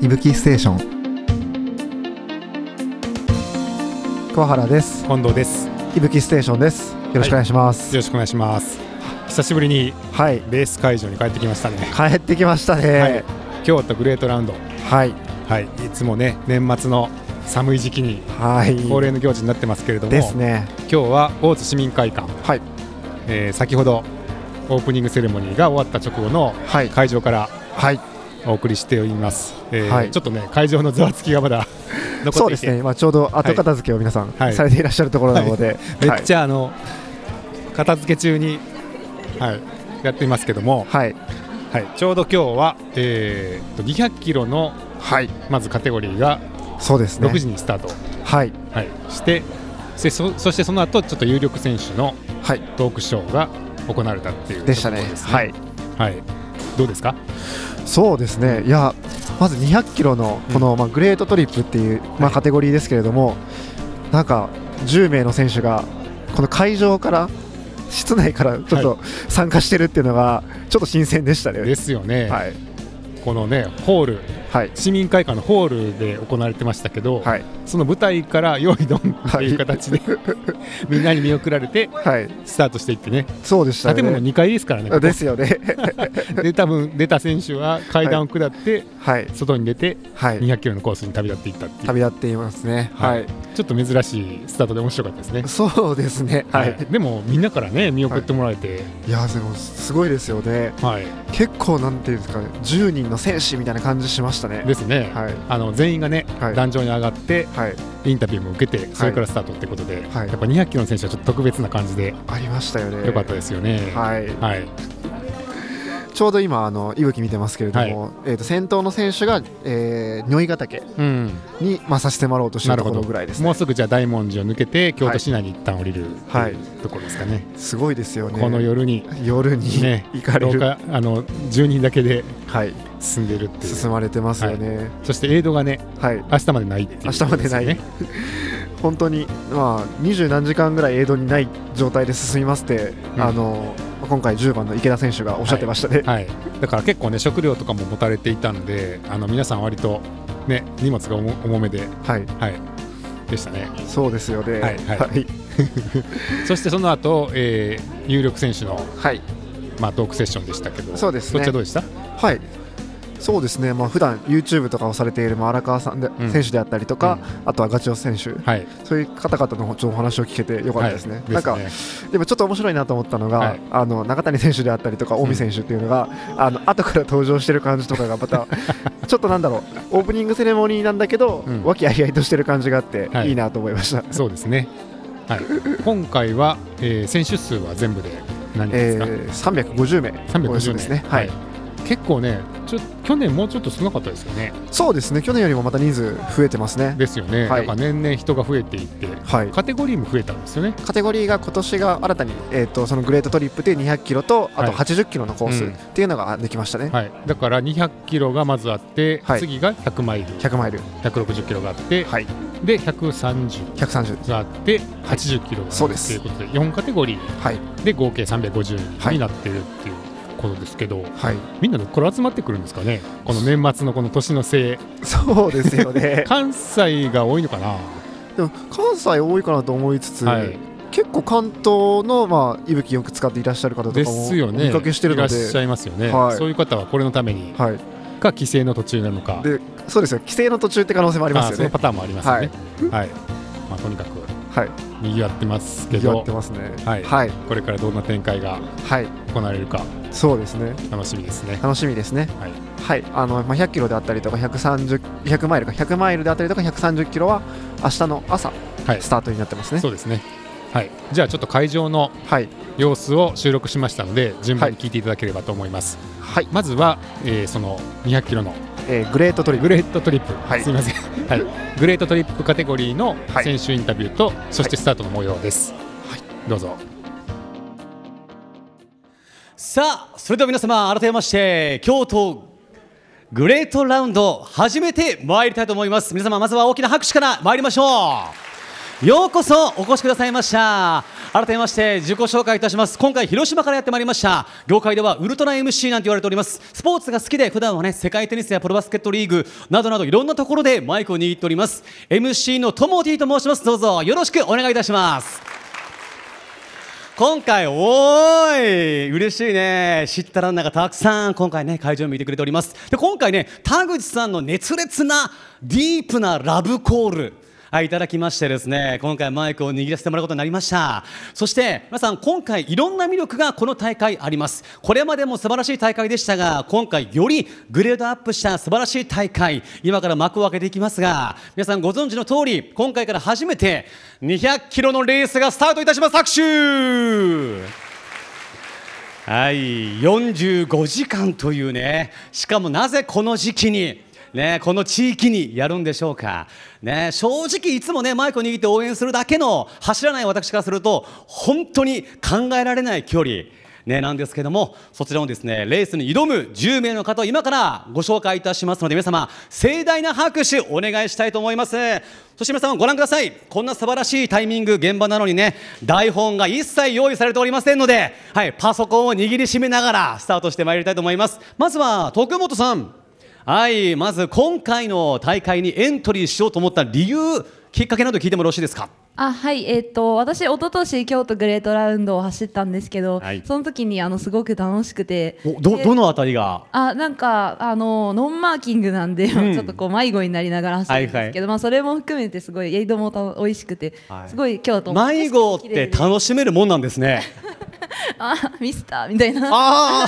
いぶきステーション桑原です近藤ですよいぶきステーションですよろしくお願いしますろしくお願いします久しぶりにはい、レース会場に帰ってきましたね帰ってきましたはいね今日あったグレートラウンドはいはいいつもね年末の寒い時期にはい、恒例の行事になってますけれどもですね今日は大津市民会館、はいえー先ほどオープニングセレモニーが終わった直後のはい会場からはいお送りしております、えーはいちょっとね会場のざわつきがまだ 残そってうでいすて、ね今ちょうど後片付けを皆さんはいされていらっしゃるところなので、めっちゃあの片付け中に、はい、やっていますけども、はいはい、ちょうど今日は、えー、と200キロのはいまずカテゴリーがそうですね6時にスタート、はいはい、してせそそしてその後ちょっと有力選手のはいトークショーが行われたっていうでしたねところですはいはい、どうですかそうですね、いや、まず200キロのこの、まあ、グレートトリップっていう、まあ、はいカテゴリーですけれども、なんか10名の選手が、この会場から、室内からちょっと参加してるっていうのが、ちょっと新鮮でしたね。ですよね、はい、このねホールはい、市民会館のホールで行われてましたけど、はい、その舞台から 用意どんっていう形で、みんなに見送られてはい、スタートしていってねそうでしたね。建物2階ですからねここですよね。 で多分出た選手は階段を下ってはい、外に出てはい、 200キロのコースに旅立っていったっていう旅立っていますね。はい、ちょっと珍しいスタートで面白かったですね。そうですね。はい、でもみんなからね見送ってもらえて、いや、でも、すごいですよね。はい結構なんていうんですかね、10人の選手みたいな感じしましたね。ですね、はいあの全員がね、はい壇上に上がってはい、インタビューも受けてそれからスタートってことで、はいやっぱ200キロの選手はちょっと特別な感じでありましたよね。良かったですよね。はい、はいちょうど今あの、いぶき見てますけれども、えー、と先頭の選手が、えー、如意ヶ岳うん、に、まあ、差し迫ろうとしてなるるとほころどぐらいです、もうね、すぐじゃあ大文字を抜けて京都市内に一旦降りるってはいいうところですかね。すごいですよね、この夜に夜に、ね行かれ廊る、下あの10人だけではい、進んでるっていう進まれてますよね、そしてエイドがねはい明日までないっていう明日までない、ね 本当に、まあ、二十何時間ぐらいエイドにない状態で進みますって、うんあの今回、10番の池田選手がおっしゃってましたね。はい、だから結構ね食料とかも持たれていたんであの皆さん割とね荷物が重重めではい、はいでしたねそうですよね。はいはいはい、 そしてその後、えー有力選手の、はいまあ、トークセッションでしたけどそうですねそっちはどうでしたはいそうですね、まあ普段 YouTube とかをされているまあ荒川さんで、ん選手であったりとか、あとはガチオ選手、はいそういう方々のちょっとお話を聞けてよかったですね。はいなんか、ですでもちょっと面白いなと思ったのが、はいあの中谷選手であったりとか、近江選手っていうのが、あの後から登場してる感じとかが、ま たちょっとなんだろう、オープニングセレモニーなんだけどう、ん和気、あいあいとしてる感じがあって、、はいいいなと思いました。ねそうですね、はい、今回は、えー選手数は全部で何人でえすか、ー、350名、およ350そ名ですね、はい結構ねちょ去年もうちょっと少なかったですよねそうですね、去年よりもまた人数増えてますね。ですよね、はいだから年々人が増えていって、はい、カテゴリーも増えたんですよねカテゴリーが今年が新たに、えー、とそのグレートトリップで200キロとあとは80キロのコースうんっていうのができましたね、はい、だから200キロがまずあって、はい次が100マイル、 100マイル、 160キロがあって、はい、で130 130、があって、80キロがあそうるでとすいうことで、4カテゴリはいーで合計350はいになってるっていうことですけど、はい、みんなどこから集まってくるんですかね、この年末のこの年のせそうですよい、ね 関西が多いのかな、でも関西多いかなと思いつつ、はい、結構関東の、まあ、いぶきよく使っていらっしゃる方とでかもすよおね、見かけしてるのいでらっしゃいますよね、はいそういう方はこれのために、はい、か帰省の途中なのか、でそうですよ帰省の途中って可能性もありますあよそのねパターンもありますよね。はいまあ、とにかくはい賑わってますけ賑わどってますねはいはい、これからどんな展開がはい行われるかそうですね楽しみですね。楽しみですねはい、はいあのまあ、100キロであったりとか130 100マイルか100マイルであったりとか130キロは明日の朝はいス、タートになってますねそうですね。はい、じゃあちょっと会場のはい様子を収録しましたので順番に聞いていただければと思います。はい、まずは、えーその200キロのえーグレートトリッグプレートトリップ、はいすみません、 はい、グレートトリップカテゴリーのはい選手インタビューと、そしてスタートの模様です。どうぞ。さあそれでは皆様改めまして京都グレートラウンド始めて参りたいと思います皆様まずは大きな拍手から参りましょうようこそお越しくださいました改めまして自己紹介いたします今回広島からやってまいりました業界ではウルトラ MC なんて言われておりますスポーツが好きで普段はね世界テニスやプロバスケットリーグなどなどいろんなところでマイクを握っております MC のトモティと申しますどうぞよろしくお願いいたします今回おーい嬉しいね知ったランナーがたくさん今回ね会場を見てくれておりますで今回ね田口さんの熱烈なディープなラブコールはいいただきましてですね今回マイクを握らせてもらうことになりましたそして皆さん今回いろんな魅力がこの大会ありますこれまでも素晴らしい大会でしたが今回よりグレードアップした素晴らしい大会今から幕を開けていきますが皆さんご存知の通り今回から初めて200キロのレースがスタートいたします拍手はい、45時間というね、しかもなぜこの時期に、ね、この地域にやるんでしょうか、ね、正直、いつもね、マイクを握って応援するだけの走らない私からすると、本当に考えられない距離。ね、なんですけどもそちらのですねレースに挑む10名の方を今からご紹介いたしますので皆様盛大な拍手お願いしたいと思いますそして皆様ご覧くださいこんな素晴らしいタイミング現場なのにね台本が一切用意されておりませんので、はい、パソコンを握りしめながらスタートしてまいりたいと思いますまずは徳本さんはいまず今回の大会にエントリーしようと思った理由きっかけなど聞いてもよろしいですかあはいえっと私一昨年京都グレートラウンドを走ったんですけど、はいその時にあのすごく楽しくておどでどのあたりがあなんかあのノンマーキングなんで、うんちょっとこう迷子になりながら走るんですけど、まあ、それも含めてすごいエイドもた美味しくて、はいすごい京都も迷子って楽しめるもんなんですね。 あミスターみたいなああ、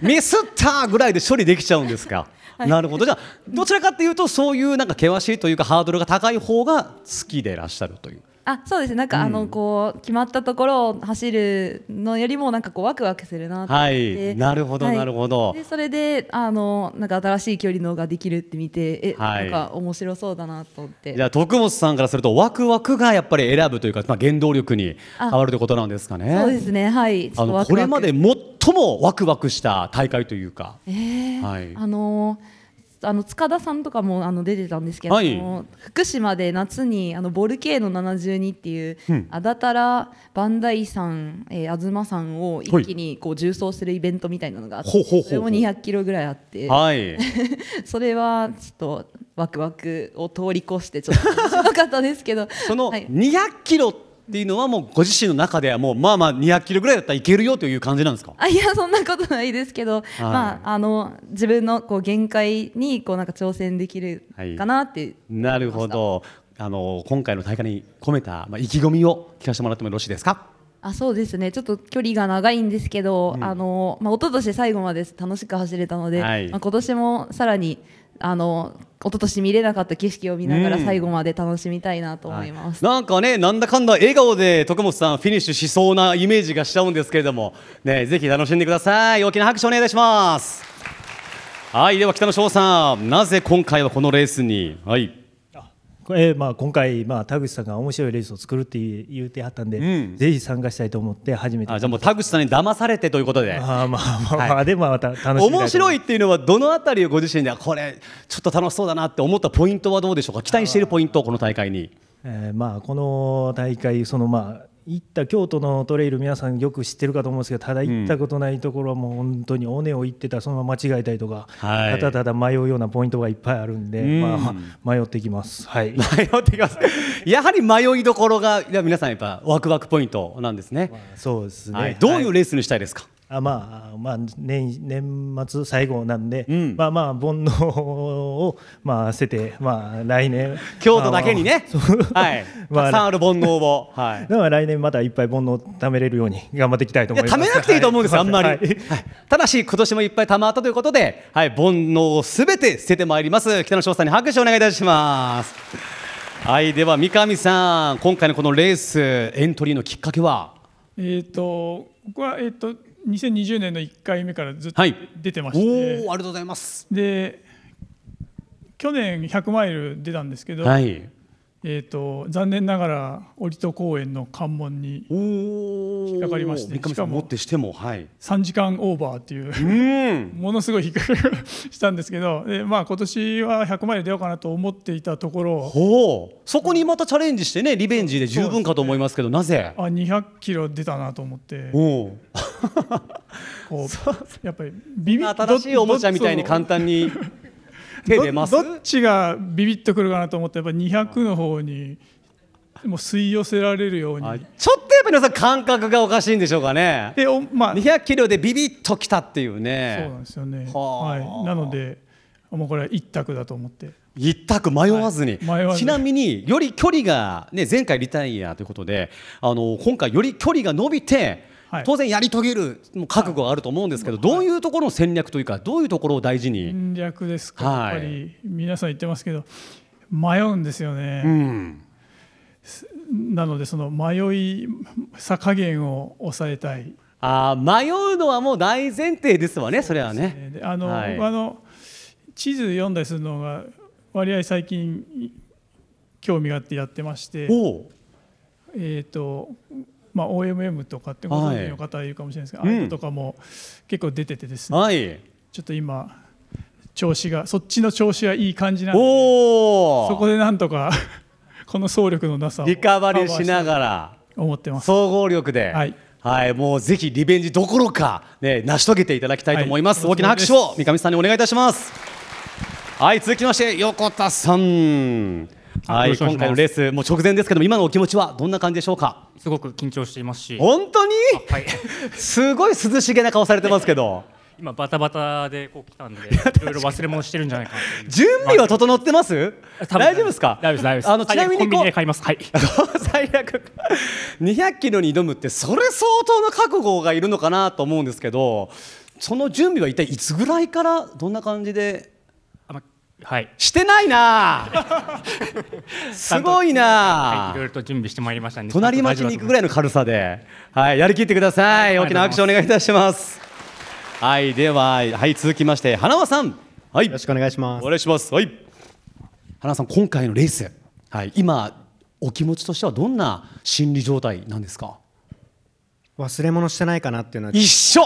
ミスったぐらいで処理できちゃうんですか。なるほど。じゃあどちらかというとそういうなんか険しいというかハードルが高い方が好きでいらっしゃるという。あそうですねなんか、あのこう決まったところを走るのよりもなんかこうワクワクするなと思っはて、い。なるほど、はいなるほどで。それであのなんか新しい距離のができるって見てえ、はいなんか面白そうだなと思ってじゃあ徳本さんからするとワクワクがやっぱり選ぶというか、まあ原動力に変わるということなんですかね。そうですねはいちょあっとのワクこワクれまで最もワクワクした大会というか。えーはいあのあの塚田さんとかもあの出てたんですけど、はいあの福島で夏にあのボルケーノ72っていう、うんあだたら磐梯山、えー、東山を一気にこう縦走するイベントみたいなのがあってほうほうほうほそうれも200キロぐらいあって、はい。 それはちょっとワクワクを通り越してちょっと面白かったですけどそのはい200キロっていうのはもうご自身の中ではもうまあまあ200キロぐらいだったらいけるよという感じなんですか。あいやそんなことないですけど、まあ、あの自分のこう限界にこうなんか挑戦できるかなって、なるほど。あの今回の大会に込めたまあ意気込みを聞かせてもらってもよろしいですか。あそうですねちょっと距離が長いんですけど、あのまあ、一昨年最後まで楽しく走れたので、はいまあ、今年もさらにあの一昨年見れなかった景色を見ながらうん最後まで楽しみたいなと思います。はいなんかねなんだかんだ笑顔で徳本さんフィニッシュしそうなイメージがしちゃうんですけれどもねぜひ楽しんでください大きな拍手お願いしますはいでは北野翔さんなぜ今回はこのレースにはいえーまあ、今回、まあ、田口さんが面白いレースを作るっていう言うてはったんで、うんぜひ参加したいと思って初めてあじゃあもう田口さんに騙されてということであーまあまあまあ、でもまた楽しみたいと思面白いいっていうのはどのあたりをご自身であこれちょっと楽しそうだなって思ったポイントはどうでしょうか期待しているポイントこの大会にえーまあ、この大会その、まあ、行った京都のトレイル皆さんよく知ってるかと思うんですけどただ行ったことないところはもう本当に尾根を行ってたらそのまま間違えたりとか、はいただただ迷うようなポイントがいっぱいあるんで、うんまあ、迷ってきます。はい迷ってきます やはり迷いどころがいや皆さんやっぱワクワクポイントなんですね、そうですね、はい、どういうレースにしたいですか、あまあまあ年年末最後なんで、うんまあまあ煩悩をまあ捨ててまあ来年京都だけにね、まあそうはい、まあたくさんある煩 悩を、はいだ、から来年またいっぱい煩悩を貯めれるように頑張っていきたいとい思やいます。貯めなくていいと思うんですよ、あはんまり、ははいただし今年もいっぱい貯まったということで、はい、煩悩をすべて捨ててまいります北野翔さんに拍手をお願いいたしますはいでは三上さん今回のこのレースエントリーのきっかけはえっ、とここはえっ、と2020年の1回目からずっとはい出てまおおして、ーありがとうございますで去年100マイル出たんですけど、はいえー、と残念ながら折戸公園の関門におお引っかかりまして三上さしかんも持ってしてもはい3時間オーバーっていううん ものすごい引っかかりをしたんですけどで、まあ、今年は100マイル出ようかなと思っていたところほうそこにまたチャレンジしてねリベンジで十分かと思いますけどなぜあ200キロ出たなと思っておうこうやっぱりビビ新しいおもちゃみたいに簡単に手出ますどどっちがビビッとくるかなと思ってやっぱ200の方にもう吸い寄せられるように、はいちょっとやっぱ皆さん感覚がおかしいんでしょうかねでおまあ200キロでビビッときたっていうそうなねんですよねはあはいなのでもうこれは一択だと思って一択迷わずに、はい迷わずちなみにより距離が、ね、前回リタイアということであの今回より距離が伸びて、はい当然やり遂げるもう覚悟があると思うんですけど、どういうところの戦略というかどういうところを大事に、戦略ですか、はいやっぱり皆さん言ってますけど迷うんですようね、んなのでその迷いさ加減を抑えたいあー迷うのはもう大前提ですわねそれはね。であの、はい僕あの地図読んだりするのが割合最近興味があってやってましておうえーとまあ、OMM とかってご存知の方いるかもしれないですけど、はいああいうのとかも結構出ててですね、はい、ちょっと今調子がそっちの調子はいい感じなんでおそこででなんとか この総力のなさをリカバリー しながら思ってます。総合力で、はいもうぜひリベンジどころか、ね、成し遂げていただきたいと思います、はい大きな拍手を三上さんにお願いいたしますはい続きまして横田さんはよいろしくお願いします今回のレースもう直前ですけども今のお気持ちはどんな感じでしょうかすごく緊張していますし、本当に、はい、 すごい涼しげな顔されてますけど今バタバタでこう来たんで、い ろいろ忘れ物してるんじゃないかなっていう準備は整ってます多分大丈夫ですか大丈夫です大丈夫です。あのちなみコにンこビニうで買います。はい。 最悪200キロに挑むってそれ相当な覚悟がいるのかなと思うんですけどその準備は一体いつぐらいからどんな感じであまはい。してないなすごいはい。ないろいろと準備してまいりましたんで。隣町に行くぐらい。らいの軽さで、はい、やりきってください、はい大きな拍手お願いいたしますはいでは、はい、続きまして花輪さんはいよろしくお願いしますお。願いします。はい。花さん、今回のレース、はい、今お気持ちとしてはどんな心理状態なんですか。忘れ物してないかなっていうのは一 緒。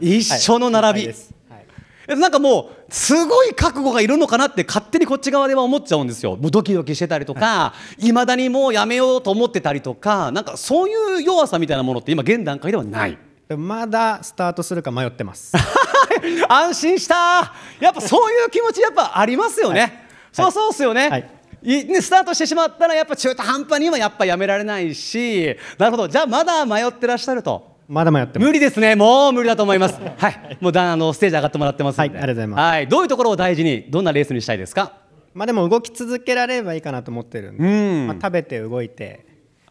一緒の並び。はいですはいえなんかもうすごい覚悟がいるのかなって勝手にこっち側では思っちゃうんですよもうドキドキしてたりとかいま、未だにもうやめようと思ってたりとかなんかそういう弱さみたいなものって今現段階ではないでもまだスタートするか迷ってます。 安心したやっぱそういう気持ちやっぱありますよね、そうそうっすよね、はいいねスタートしてしまったらやっぱ中途半端にはやっぱやめられないしなるほどじゃあまだ迷ってらっしゃるとまだ迷ってます。無理ですねもう無理だと思いますはいもうだあのステージ上がってもらってますんで、はいありがとうございますはいどういうところを大事にどんなレースにしたいですかまあでも動き続けられればいいかなと思ってるんで、うんまあ、食べて動いて、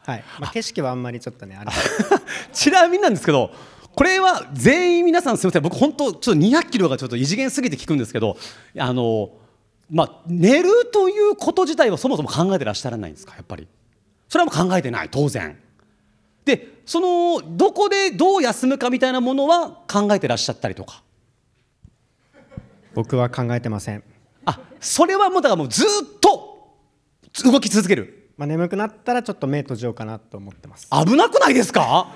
はい。まあ、景色はあんまりちょっとね、あれ。ちなみになんですけどこれは全員皆さんすみません僕本当ちょっと200キロがちょっと異次元すぎて聞くんですけどあのまあ寝るということ自体はそもそも考えてらっしゃらないんですかやっぱりそれはもう考えてない当然でそのどこでどう休むかみたいなものは考えてらっしゃったりとか僕は考えてません。あそれはもうだからもうずっと動き続けるまあ、眠くなったらちょっと目閉じようかなと思ってます。危なくないです か、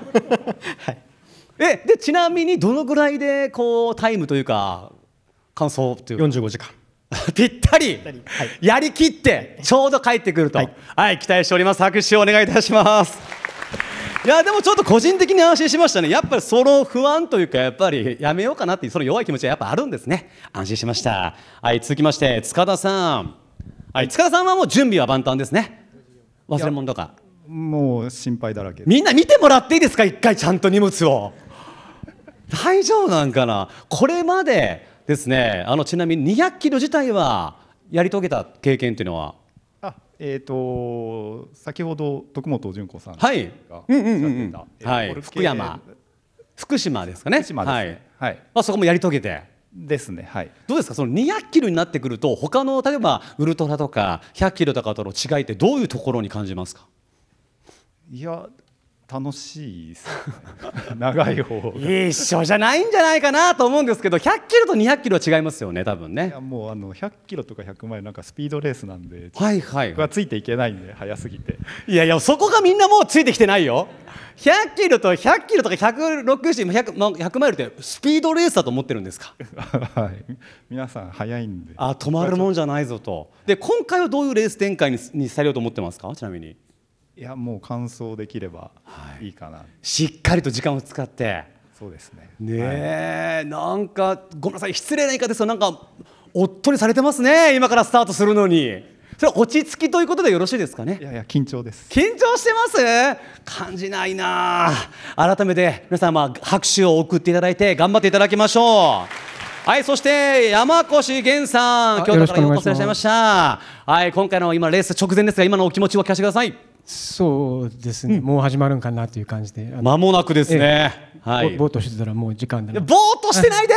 えでちなみにどのぐらいでこうタイムというか感想というか45時間。 ぴったりりはいやりきってちょうど帰ってくるとはい、期待しております拍手をお願いいたしますいやでもちょっと個人的に安心しましたねやっぱりその不安というかやっぱりやめようかなっていうその弱い気持ちはやっぱあるんですね安心しましたはい続きまして塚田さんはい塚田さんはもう準備は万端ですね忘れ物とかもう心配だらけみんな見てもらっていいですか一回ちゃんと荷物を大丈夫なんかなこれまでですねあのちなみに200キロ自体はやり遂げた経験というのはあえっ、と先ほど徳本純子さんがおっはしいゃってた、えーはいゴルフ系福山福島ですかね福島ですねはいはいまあ、そこもやり遂げてですねはいどうですかその200キロになってくると他の例えばウルトラとか100キロとかとの違いってどういうところに感じますかいや楽しいです、ね、長い方が一緒じゃないんじゃないかなと思うんですけど100キロと200キロは違いますよね多分ねもうあの100キロとか100マイルなんかスピードレースなんで、はいはい、僕はついていけないんで速すぎていやいやそこがみんなもうついてきてないよ100キロと100キロとか160、100, まあ100マイルってスピードレースだと思ってるんですかはい皆さん速いんであ止まるもんじゃないぞとで今回はどういうレース展開ににされようと思ってますかちなみにいやもう完走できればいいかな、しっかりと時間を使ってそうですねねえ、なんかごめんなさい失礼な言い方ですよなんかおっとりされてますね今からスタートするのにそれは落ち着きということでよろしいですかねいやいや緊張です緊張してます感じないなあ改めて皆さんまあ拍手を送っていただいて頑張っていただきましょうはいそして山越源さんあ京都からよようろこそいらっしくお願いしますしゃいましたはい今回の今レース直前ですが今のお気持ちを聞かせてください そうですね、もう始まるんかなという感じで、間もなくですねはいぼぼーっとしてたらもう時間だいやなぼーっとしてないで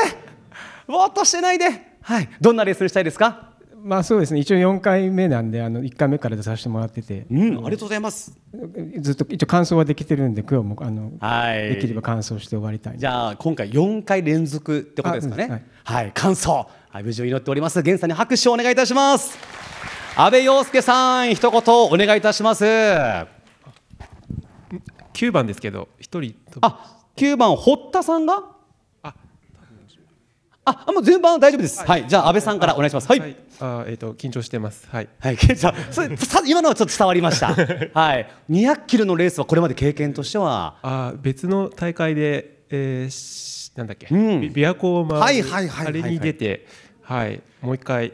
ぼーっとしてないではいどんなレースにしたいですかまあそうですね一応4回目なんであの1回目から出させてもらってて、うんありがとうございますずっと一応完走はできてるんで今日もあの、はいできれば完走して終わりたいじゃあ今回4回連続ってことですかね。あうんはい、感想、はい、無事を祈っております。源さんに拍手をお願いいたします。安倍陽介さん、一言お願いいたします。 9番ですけど一人あ、9番堀田さんが。あ、あ、もう全番大丈夫です。はい、じゃあ安倍さんからお願いします。はい。あえっ、と緊張してますはいはい、 けんちゃんそれさ今のはちょっと伝わりま した。はい、200キロのレースはこれまで経験としては。あ別の大会で、えーしなんだっけ、び琵琶湖を回る、はいはいはいあはいれに出て、はい、もう一回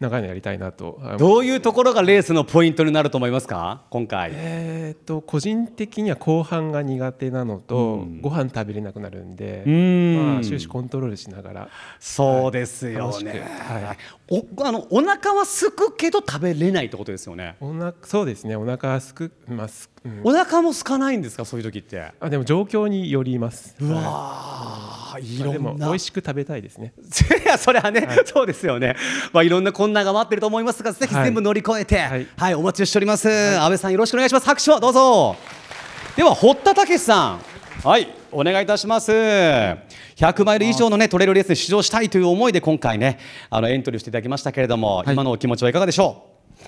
長いのやりたいなとあどういうところがレースのポイントになると思いますか、今回。えっと個人的には後半が苦手なのと、ご飯食べれなくなるんで、うんまあ、終始コントロールしながらそうですよねおあのお腹はすくけど食べれないってことですよね。お腹そうですねお腹はすくまあすうんお腹も空かないんですかそういう時って。あでも状況によります。うわわあいろんなでも美味しく食べたいですね。いやそれはね、そうですよね。まあいろんな困難が待ってると思いますが、ぜひはい全部乗り越えて、はい、お待ちをしております。安倍さんよろしくお願いします。拍手をどうぞ。では堀田武さん、はいお願いいたします。100マイル以上のねトレイルレースに出場したいという思いで今回ねあのエントリーしていただきましたけれども、今のお気持ちはいかがでしょう。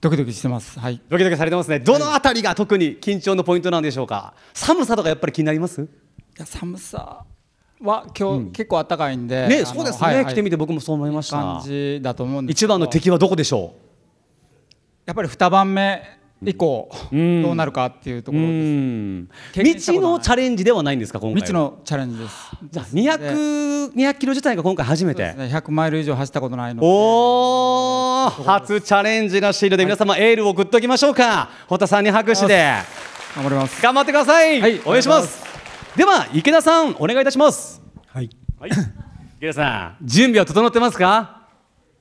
ドキドキしてます。はい。ドキドキされてますね。どのあたりが特に緊張のポイントなんでしょうか。寒さとかやっぱり気になります。いや寒さは今日結構暖かいんで。ねあのそうですね来てみて僕もそう思いました感じだと思うんですけ一ど。番の 敵はどこでしょやっぱり二番目以降どうなるかっていうところです。道のチャレンジではないんですか今回は未知のチャレンジです。じゃあ200 200キロ自体が今回初めて。 100マイル以上走ったことないので。おお初チャレンジのシールで皆様エールを送っときましょうか。堀田さんに拍手で頑張ります。頑張ってください。お願いします。では池田さんお願いいたします。はい。池田さん準備は整ってますか。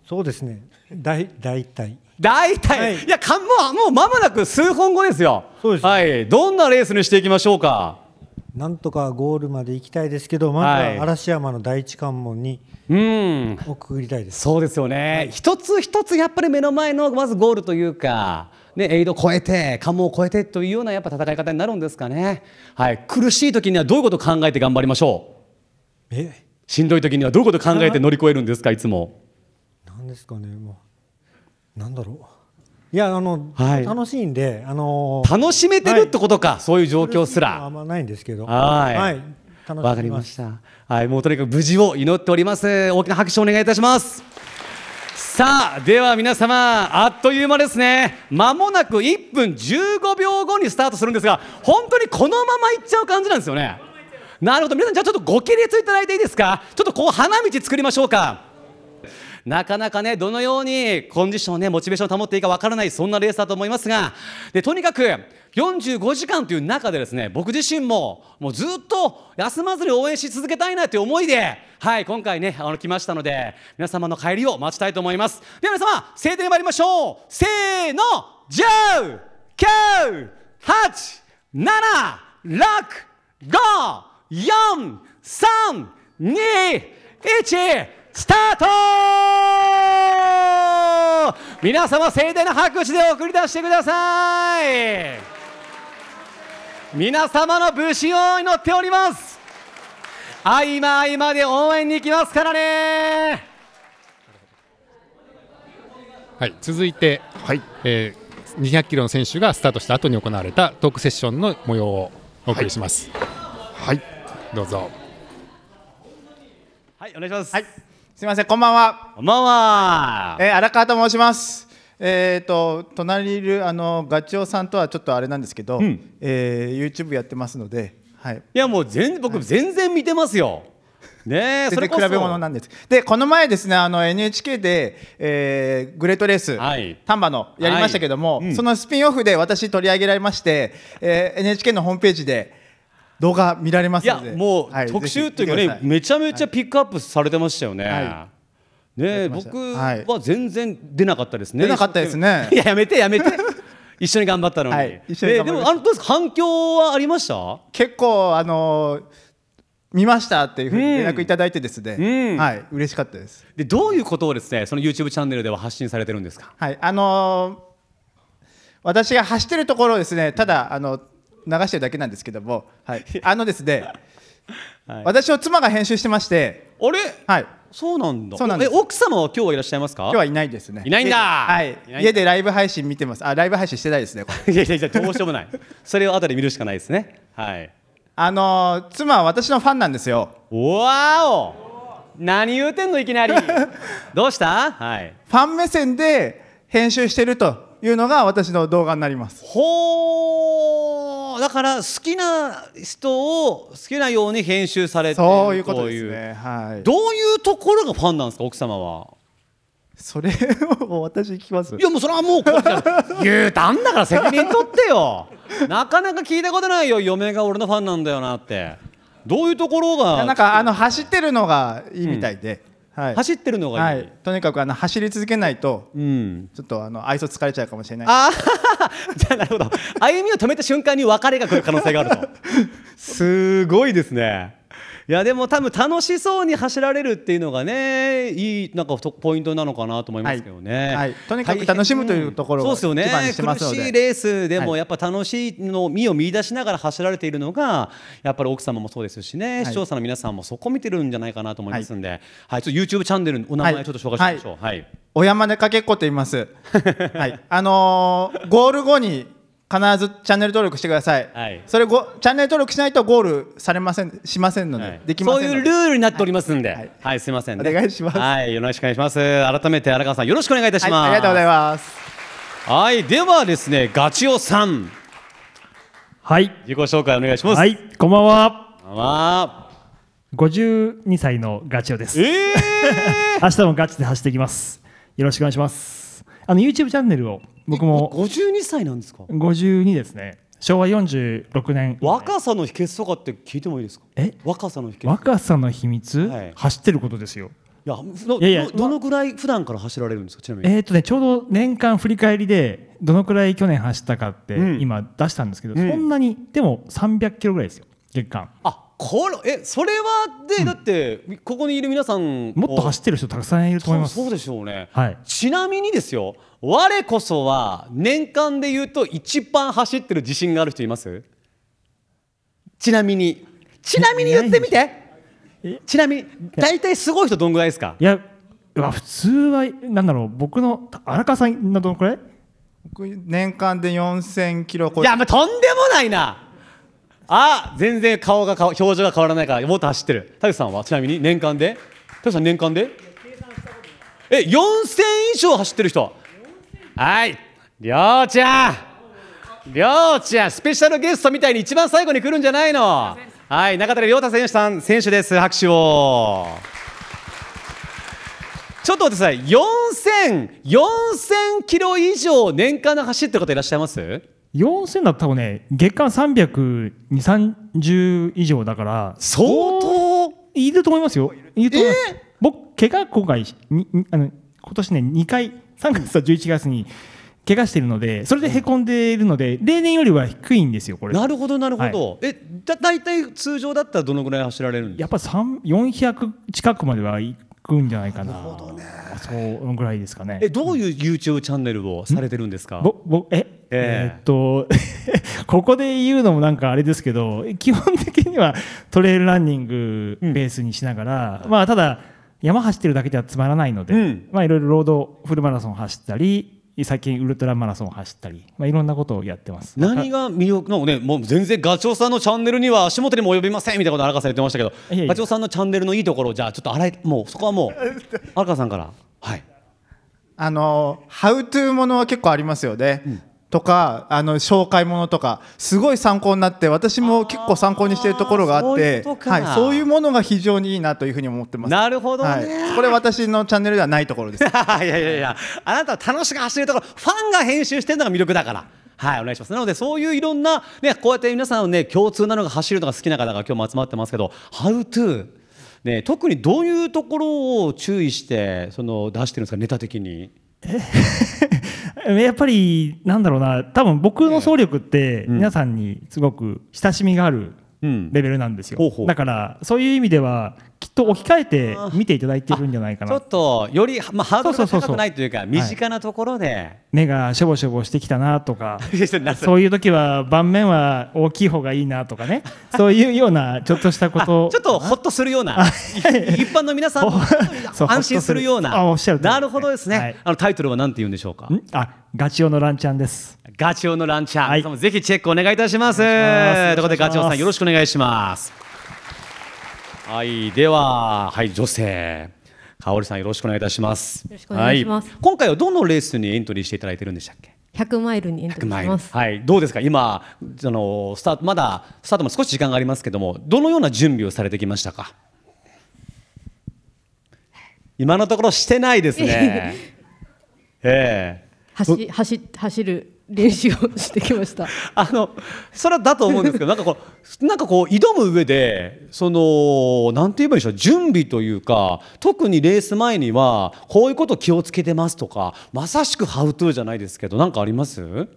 そうですね。だい大体。大体、い、やかもうもう間もなく数本後ですよはい、どんなレースにしていきましょうかなんとかゴールまで行きたいですけど、まずはいは嵐山の第一関門にうんをくぐりたいです。そうですよね、一つ一つやっぱり目の前のまずゴールというか、ね、エイド超えて関門を超えてというようなやっぱ戦い方になるんですかね、はい、苦しい時にはどういうことを考えて頑張りましょうえ、しんどい時にはどういうことを考えて乗り越えるんですかいつもなんですかね、もうなんだろう。いやあの、はい楽しいんで、あの楽しめてるってことか、そういう状況すらあんまないんですけど、はい楽しみますわかりました。はい、もうとにかく無事を祈っております。大きな拍手をお願いいたします。さあ、では皆様、あっという間ですね。まもなく1分15秒後にスタートするんですが、本当にこのまま行っちゃう感じなんですよね。なるほど、皆さん、じゃあちょっとご起立いただいていいですか。ちょっとこう花道作りましょうか。なかなかね、どのようにコンディションね、モチベーションを保っていいかわからない、そんなレースだと思いますが、でとにかく45時間という中で、ですね僕自身ももうずっと休まずに応援し続けたいなという思いで、はい、今回ね、あの来ましたので、皆様の帰りを待ちたいと思います。では皆様、盛大に参りましょう。せーの、10、9、8、7、6、5、4、3、2、1、スタート皆様盛大な拍手で送り出してください皆様の武士を祈っております合間合間で応援に行きますからねはい、続いて、えー200キロの選手がスタートした後に行われたトークセッションの模様をお送りします。はい、どうぞ。はい、お願いします。はい、すみません、こんばんは。こんばんは。えー荒川と申します。えっ、と、隣にいる、あの、ガチオさんとはちょっとあれなんですけど。えー YouTube やってますので。はい。いや、もう、全、僕、全然見てますよ。ねえ、それ全こ然そ比べ物なんです。で、この前ですね、あの NHK で、えーグレートレース、丹波のやりましたけども、はいうんそのスピンオフで私取り上げられまして、えー NHK のホームページで動画見られますので、もうはい特集というかぜひ見てねくださ、めちゃめちゃピックアップされてましたよね。はねえ、ました僕は全然出なかったですね。出なかったですね いややめてやめて。一緒に頑張ったのに。はい一緒に頑張りねまでしもたあのどうですか反響はありました？ 結構あのー見ましたっていうふうに連絡いただいてですね、はい、嬉しかったです。でどういうことをですね、その YouTube チャンネルでは発信されてるんですか？はい、あのー私が走ってるところをですね、ただあの流してるだけなんですけども、 はい、あのですね、私の妻が編集してまして、あれ、はい、そうなんだそうなんですえ奥様は今日はいらっしゃいますか？今日はいないですね。いないんだはいいないんだ、家でライブ配信見てます。あ、ライブ配信してないで すね。これいやいやいやどうしようもない。それを後で見るしかないですね。はい。あのー妻は私のファンなんですよ。わお。何言うてんのいき なり。どうした？はい。ファン目線で編集してるというのが私の動画になります。ほーだから好きな人を好きなように編集されてるそういうことですねというはいどういうところがファンなんですか奥様はそれを私聞きますいやもうそれはもうこ っちだ言うたんだから責任取ってよなかなか聞いたことないよ嫁が俺のファンなんだよなってどういうところいやがなんかあの走ってるのがいいみたいで、はい、走ってるのがいいはい、とにかくあの走り続けないと、ちょっとあの愛想疲れちゃうかもしれないあ 歩みを止めた瞬間に別れが来る可能性があるとすごいですねいやでも多分楽しそうに走られるっていうのがねいいなんかとポイントなのかなと思いますけどね、はいはいとにかく楽しむというところをそうですよね一番にしてますの苦でしいレースでもはいやっぱ楽しいの身を見出しながら走られているのがやっぱり奥様もそうですしね、はい視聴者の皆さんもそこ見てるんじゃないかなと思いますんで、はいちょっと YouTube チャンネルのお名は前いちょっと紹介しましょう、はいお山でかけっこと言います、はい、あのーゴール後に必ずチャンネル登録してください、それごチャンネル登録しないとゴールされませんしませんので、できまそせんうのいでうルールになっておりますんで、はい、すいません、ね。お願いします。はい、よろしくお願いします。改めて荒川さん、よろしくお願いいたします。はい、ありがとうございますす。はい、ではですね、ガチオさん。はい。自己紹介お願いします。はい、こんばんは。こんばんは。 52歳のガチオです。 明日もガチで走っていきます。よろしくお願いします。あの YouTube チャンネルを僕も52歳なんですか。 52ですね。昭和46年。若さの秘訣とかって聞いてもいいですか。え、若さの秘訣。若さの秘密、走ってることですよ。いや、どいやいやどどのぐらい普段から走られるんですか。ちなみに。えーとね、ちょうど年間振り返りでどのくらい去年走ったかってうん今出したんですけど、うんそんなにでも300キロぐらいですよ月間あ、これ、え、それはで、だって、ここにいる皆さんを。もっと走ってる人たくさんいると思いますそうそうでしょうね、はいちなみにですよ我こそは年間で言うと一番走ってる自信がある人いますちなみにちなみに言ってみてちなみに大体すごい人どんぐらいですかいやうわ普通はなんだろう僕の荒川さんのどのくらい僕年間で4000キロ超いやまあとんでもないなあ全然顔が顔表情が変わらないからもっと走ってる田口さんはちなみに年間で田口さん年間でえ4000以上走ってる人はいりょうちゃんりょうちゃんスペシャルゲストみたいに一番最後に来るんじゃないのはい中谷亮太選手さん選手です拍手をちょっと待ってください4000 4000キロ以上年間の走ってる方いらっしゃいます4000だったらね月間32030以上だから相当いると思いますよいると思います、僕怪我今回ににあの今年ね2回3月と11月に怪我してるのでそれでへこんでいるので、例年よりは低いんですよこれなるほどなるほど、はいえだ大体通常だったらどのぐらい走られるんですやっぱ3 400近くまではいくんじゃないかな。そうぐらいですかね。えどういう YouTube チャンネルをされてるんですかぼぼえええーっと ここで言うのもなんかあれですけど基本的にはトレイルランニングベースにしながら、まあただ山走ってるだけではつまらないので、まあいろいろロードフルマラソン走ったり最近ウルトラマラソン走ったり、まあ、いろんなことをやってます何が魅力なんかねもう全然ガチョウさんのチャンネルには足元にも及びませんみたいなこと荒川さん言ってましたけどいやいやガチョウさんのチャンネルのいいところをじゃあちょっと荒いもうそこはもう荒川さんからあのハウトゥーものは結構ありますよね、とかあの紹介ものとかすごい参考になって私も結構参考にしてるところがあってそういうことかはい、そういうものが非常にいいなというふうに思ってますなるほどねはい、これ私のチャンネルではないところで すいやいやいやあなたは楽しく走るところファンが編集してるのが魅力だからはいお願いしますなのでそういういろんなねこうやって皆さんのね共通なのが走るのが好きな方が今日も集まってますけど「How to」ね特にどういうところを注意してその出してるんですかネタ的に。やっぱりなんだろうな多分僕の総力って皆さんにすごく親しみがあるレベルなんですよ、だからそういう意味ではきっと置き換えて見ていただいてるんじゃないかちょなっとより、まあ、ハードルがそうそうそう高そうくないというか身近なところで、目がしょぼしょぼしてきたなとかそ そういう時は盤面は大きい方がいいなとか ねそういうようなちょっとしたことちょっとほっとするような 一般の皆さんもそう安心するようなあおっしゃるなるほどですね、あのタイトルは何て言うんでしょうかあガチオのランちゃんですガチオのランチャー、皆さんもぜひチェックお願いいたしますということでガチオさんよろしくお願いしますはいでははい女性香織さんよろしくお願いいたしますよろしくお願いしますはい、今回はどのレースにエントリーしていただいてるんでしたっけ100マイルにエントリーします。はい、どうですか、今、そのスタート、まだスタートも少し時間がありますけども、どのような準備をされてきましたか。今のところしてないです ね。ええ走走走る練習をしてきました。 あの、それはだと思うんですけど、なんかこう、なんかこう挑む上で、その、なんて言えばいいんでしょう、準備というか。特にレース前には、こういうこと気をつけてますとか、まさしくハウトゥーじゃないですけど、なんかあります。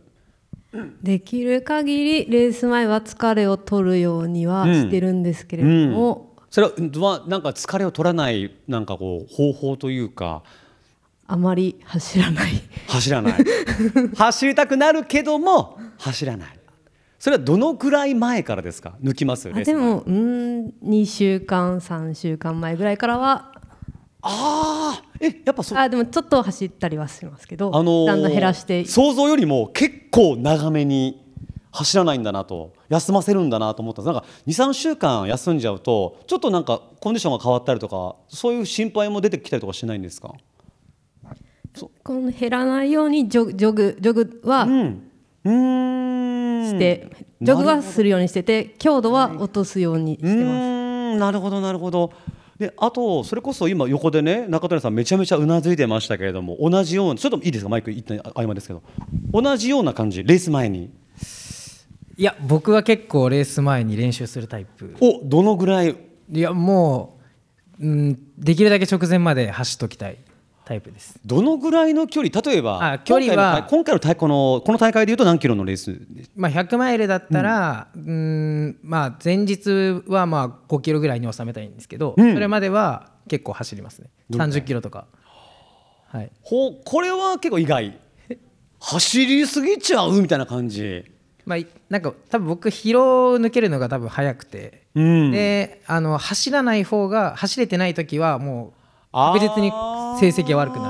できる限りレース前は疲れを取るようにはしてるんですけれども、それはうんまあなんか疲れを取らないなんかこう方法というかあまり走らない。走らない 走りたくなるけども走らないそれはどのくらい前からですか抜きますあでもうーん2週間3週間前ぐらいからはああえやっぱそうあでもちょっと走ったりはしますけど、あのーだんだん減らして想像よりも結構長めに走らないんだなと休ませるんだなと思ったんですなんか23週間休んじゃうとちょっとなんかコンディションが変わったりとかそういう心配も出てきたりとかしないんですかこの減らないようにジョグジョグジョグは、してジョグはするようにしてて強度は落とすようにしてます。なるほどなるほどであとそれこそ今横でね中谷さんめちゃめちゃうなずいてましたけれども同じようなちょっといいですかマイク一旦合間ですけど同じような感じレース前にいや僕は結構レース前に練習するタイプおどのぐらいいやもう、うん、できるだけ直前まで走っときたいタイプですどのぐらいの距離例えばあ距離は今回の大今回の大このこの大会でいうと何キロのレースまあ100マイルだったら、うん、まあ前日はまあ5キロぐらいに収めたいんですけど、うんそれまでは結構走りますねどのぐらい30キロとかはいほうこれは結構意外走りすぎちゃうみたいな感じまあいなんか多分僕疲労を抜けるのが多分早くてうんであの走らない方が走れてない時はもう確実に成績が悪くな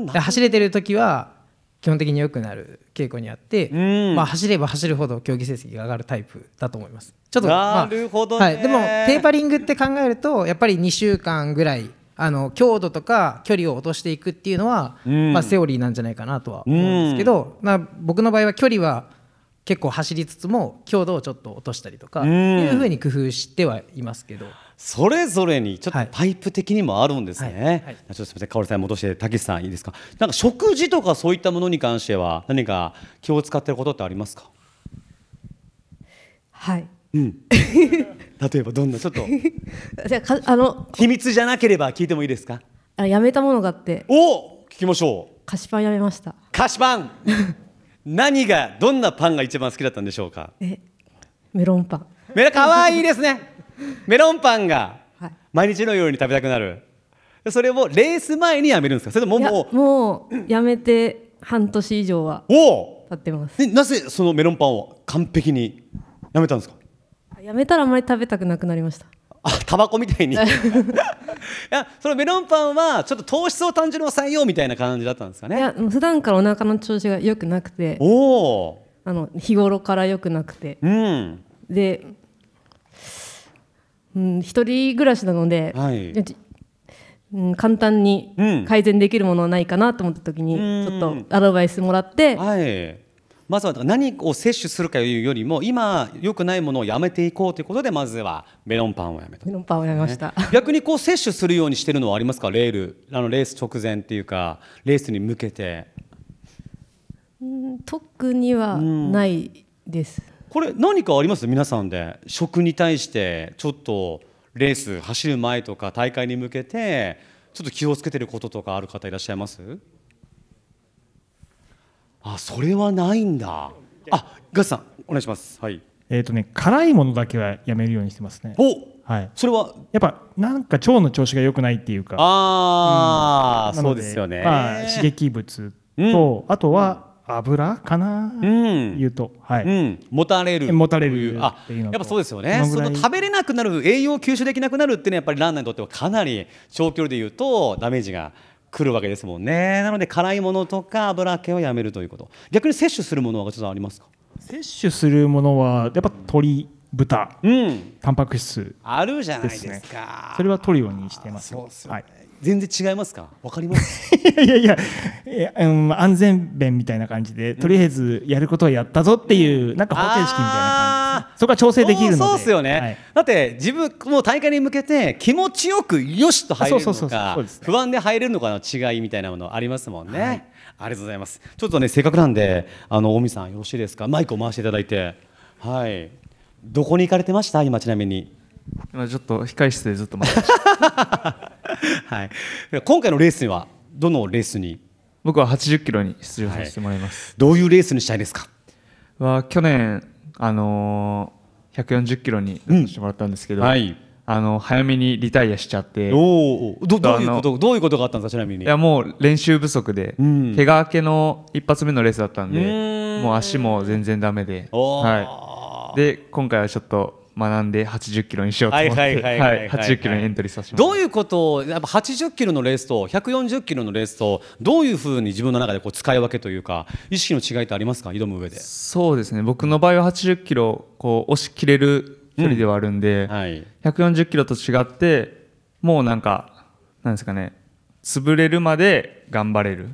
るんですで走れてる時は基本的に良くなる傾向にあって、まあ、走れば走るほど競技成績が上がるタイプだと思いますちょっとまあなるほどねはい、でもテーパリングって考えるとやっぱり2週間ぐらいあの強度とか距離を落としていくっていうのは、うんまあ、セオリーなんじゃないかなとは思うんですけど、な僕の場合は距離は結構走りつつも強度をちょっと落としたりとか、うんいうふうに工夫してはいますけど。それぞれにちょっとタイプ的にもあるんですね。ちょっとすみません、香織さんに戻して、たけしさんいいですか。なんか食事とかそういったものに関しては、何か気を使ってることってありますか。はい。うん。例えばどんなちょっとじゃあかあの 秘密じゃなければ聞いてもいいですか。あやめたものがあってお聞きましょう。菓子パンやめました。菓子パン。何がどんなパンが一番好きだったんでしょうか。えメロンパン。 めら可愛いですね。メロンパンが毎日のように食べたくなる。それをレース前にやめるんですかそれともいやもうもうやめて半年以上はお経ってますなぜそのメロンパンを完璧にやめたんですかやめたらあまり食べたくなくなりましたあタバコみ たいにいやそのメロンパンはちょっと糖質を単純に抑えようみたいな感じだったんですかいねやもう普段からお腹の調子が良くなくておおあの日頃から良くなくてうんで、うん、一人暮らしなので、はいじうん、簡単にうん改善できるものはないかなと思った時に、ちょっとアドバイスもらって、はいまずはだから何を摂取するかいうよりも今良くないものをやめていこうということでまずはメロンパンをやめたメロンパンをやめました、逆にこう摂取するようにしてるのはありますかレールあのレース直前っていうかレースに向けてうん特にはないです、これ何かあります皆さんで食に対してちょっとレース走る前とか大会に向けてちょっと気をつけてることとかある方いらっしゃいますあそれはないんだあガスさんお願いしますはいえっ、とね、辛いものだけはやめるようにしてますね。はい。それはやっぱなんか腸の調子が良くないっていうか。あーなのそうですよねまあ刺激物と、あとは油かな、言うと、はい。うん、もたれるもたれるあっていうやのっとぱそうですよねそのそぐらのい食べれなくなる栄養を吸収できなくなるっていうのはやっぱりランナーにとってはかなり長距離でいうとダメージが来るわけですもんねなので辛いものとか油揚げをやめるということ逆に摂取するものはちょっとありますか摂取するものはやっぱ鶏、豚、タンパク質。あるじゃないですかですねそれは取るようにしてます。はい。全然違いますかわかりますいやいやいや、うん、安全弁みたいな感じで、とりあえずやることはやったぞっていう、なんか方程式みたいな感じですね、そこは調整できるの で。そうですよね、だって自分もう大会に向けて気持ちよくよしと入れるあそのうそうそうそうかそうです不安で入れるのかの違いみたいなものありますもんね、ありがとうございますちょっとねせっかくなんであの大見さんよろしいですかマイクを回していただいてはいどこに行かれてました今ちなみに今ちょっと控室でずっと待ってました、 はい、今回のレースにはどのレースに僕は80キロに出場させてもらいます、どういうレースにしたいですかは去年、あのー、140キロに出させてもらったんですけど、はいあの早めにリタイアしちゃっておーどどういうこあのとどういうことがあったんですかちなみにいやもう練習不足で、怪我明けの一発目のレースだったんでもう足も全然ダメで、はい、で今回はちょっと学んで80キロにしようと思ってはいはいはいはいはいはい80キロにエントリーさせてもらいましたどういうことをやっぱ80キロのレースと140キロのレースとどういうふうに自分の中でこう使い分けというか意識の違いってありますか挑む上でそうですね僕の場合は80キロこう押し切れる距離ではあるんで、140キロと違ってもうなんかなんですかね潰れるまで頑張れる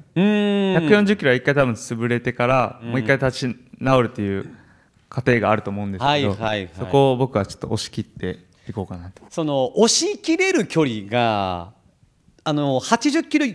140キロは一回多分潰れてから、うんもう一回立ち直るっていう過程があると思うんですけど、はいはいはいそこを僕はちょっと押し切っていこうかなとその押し切れる距離があの80キロ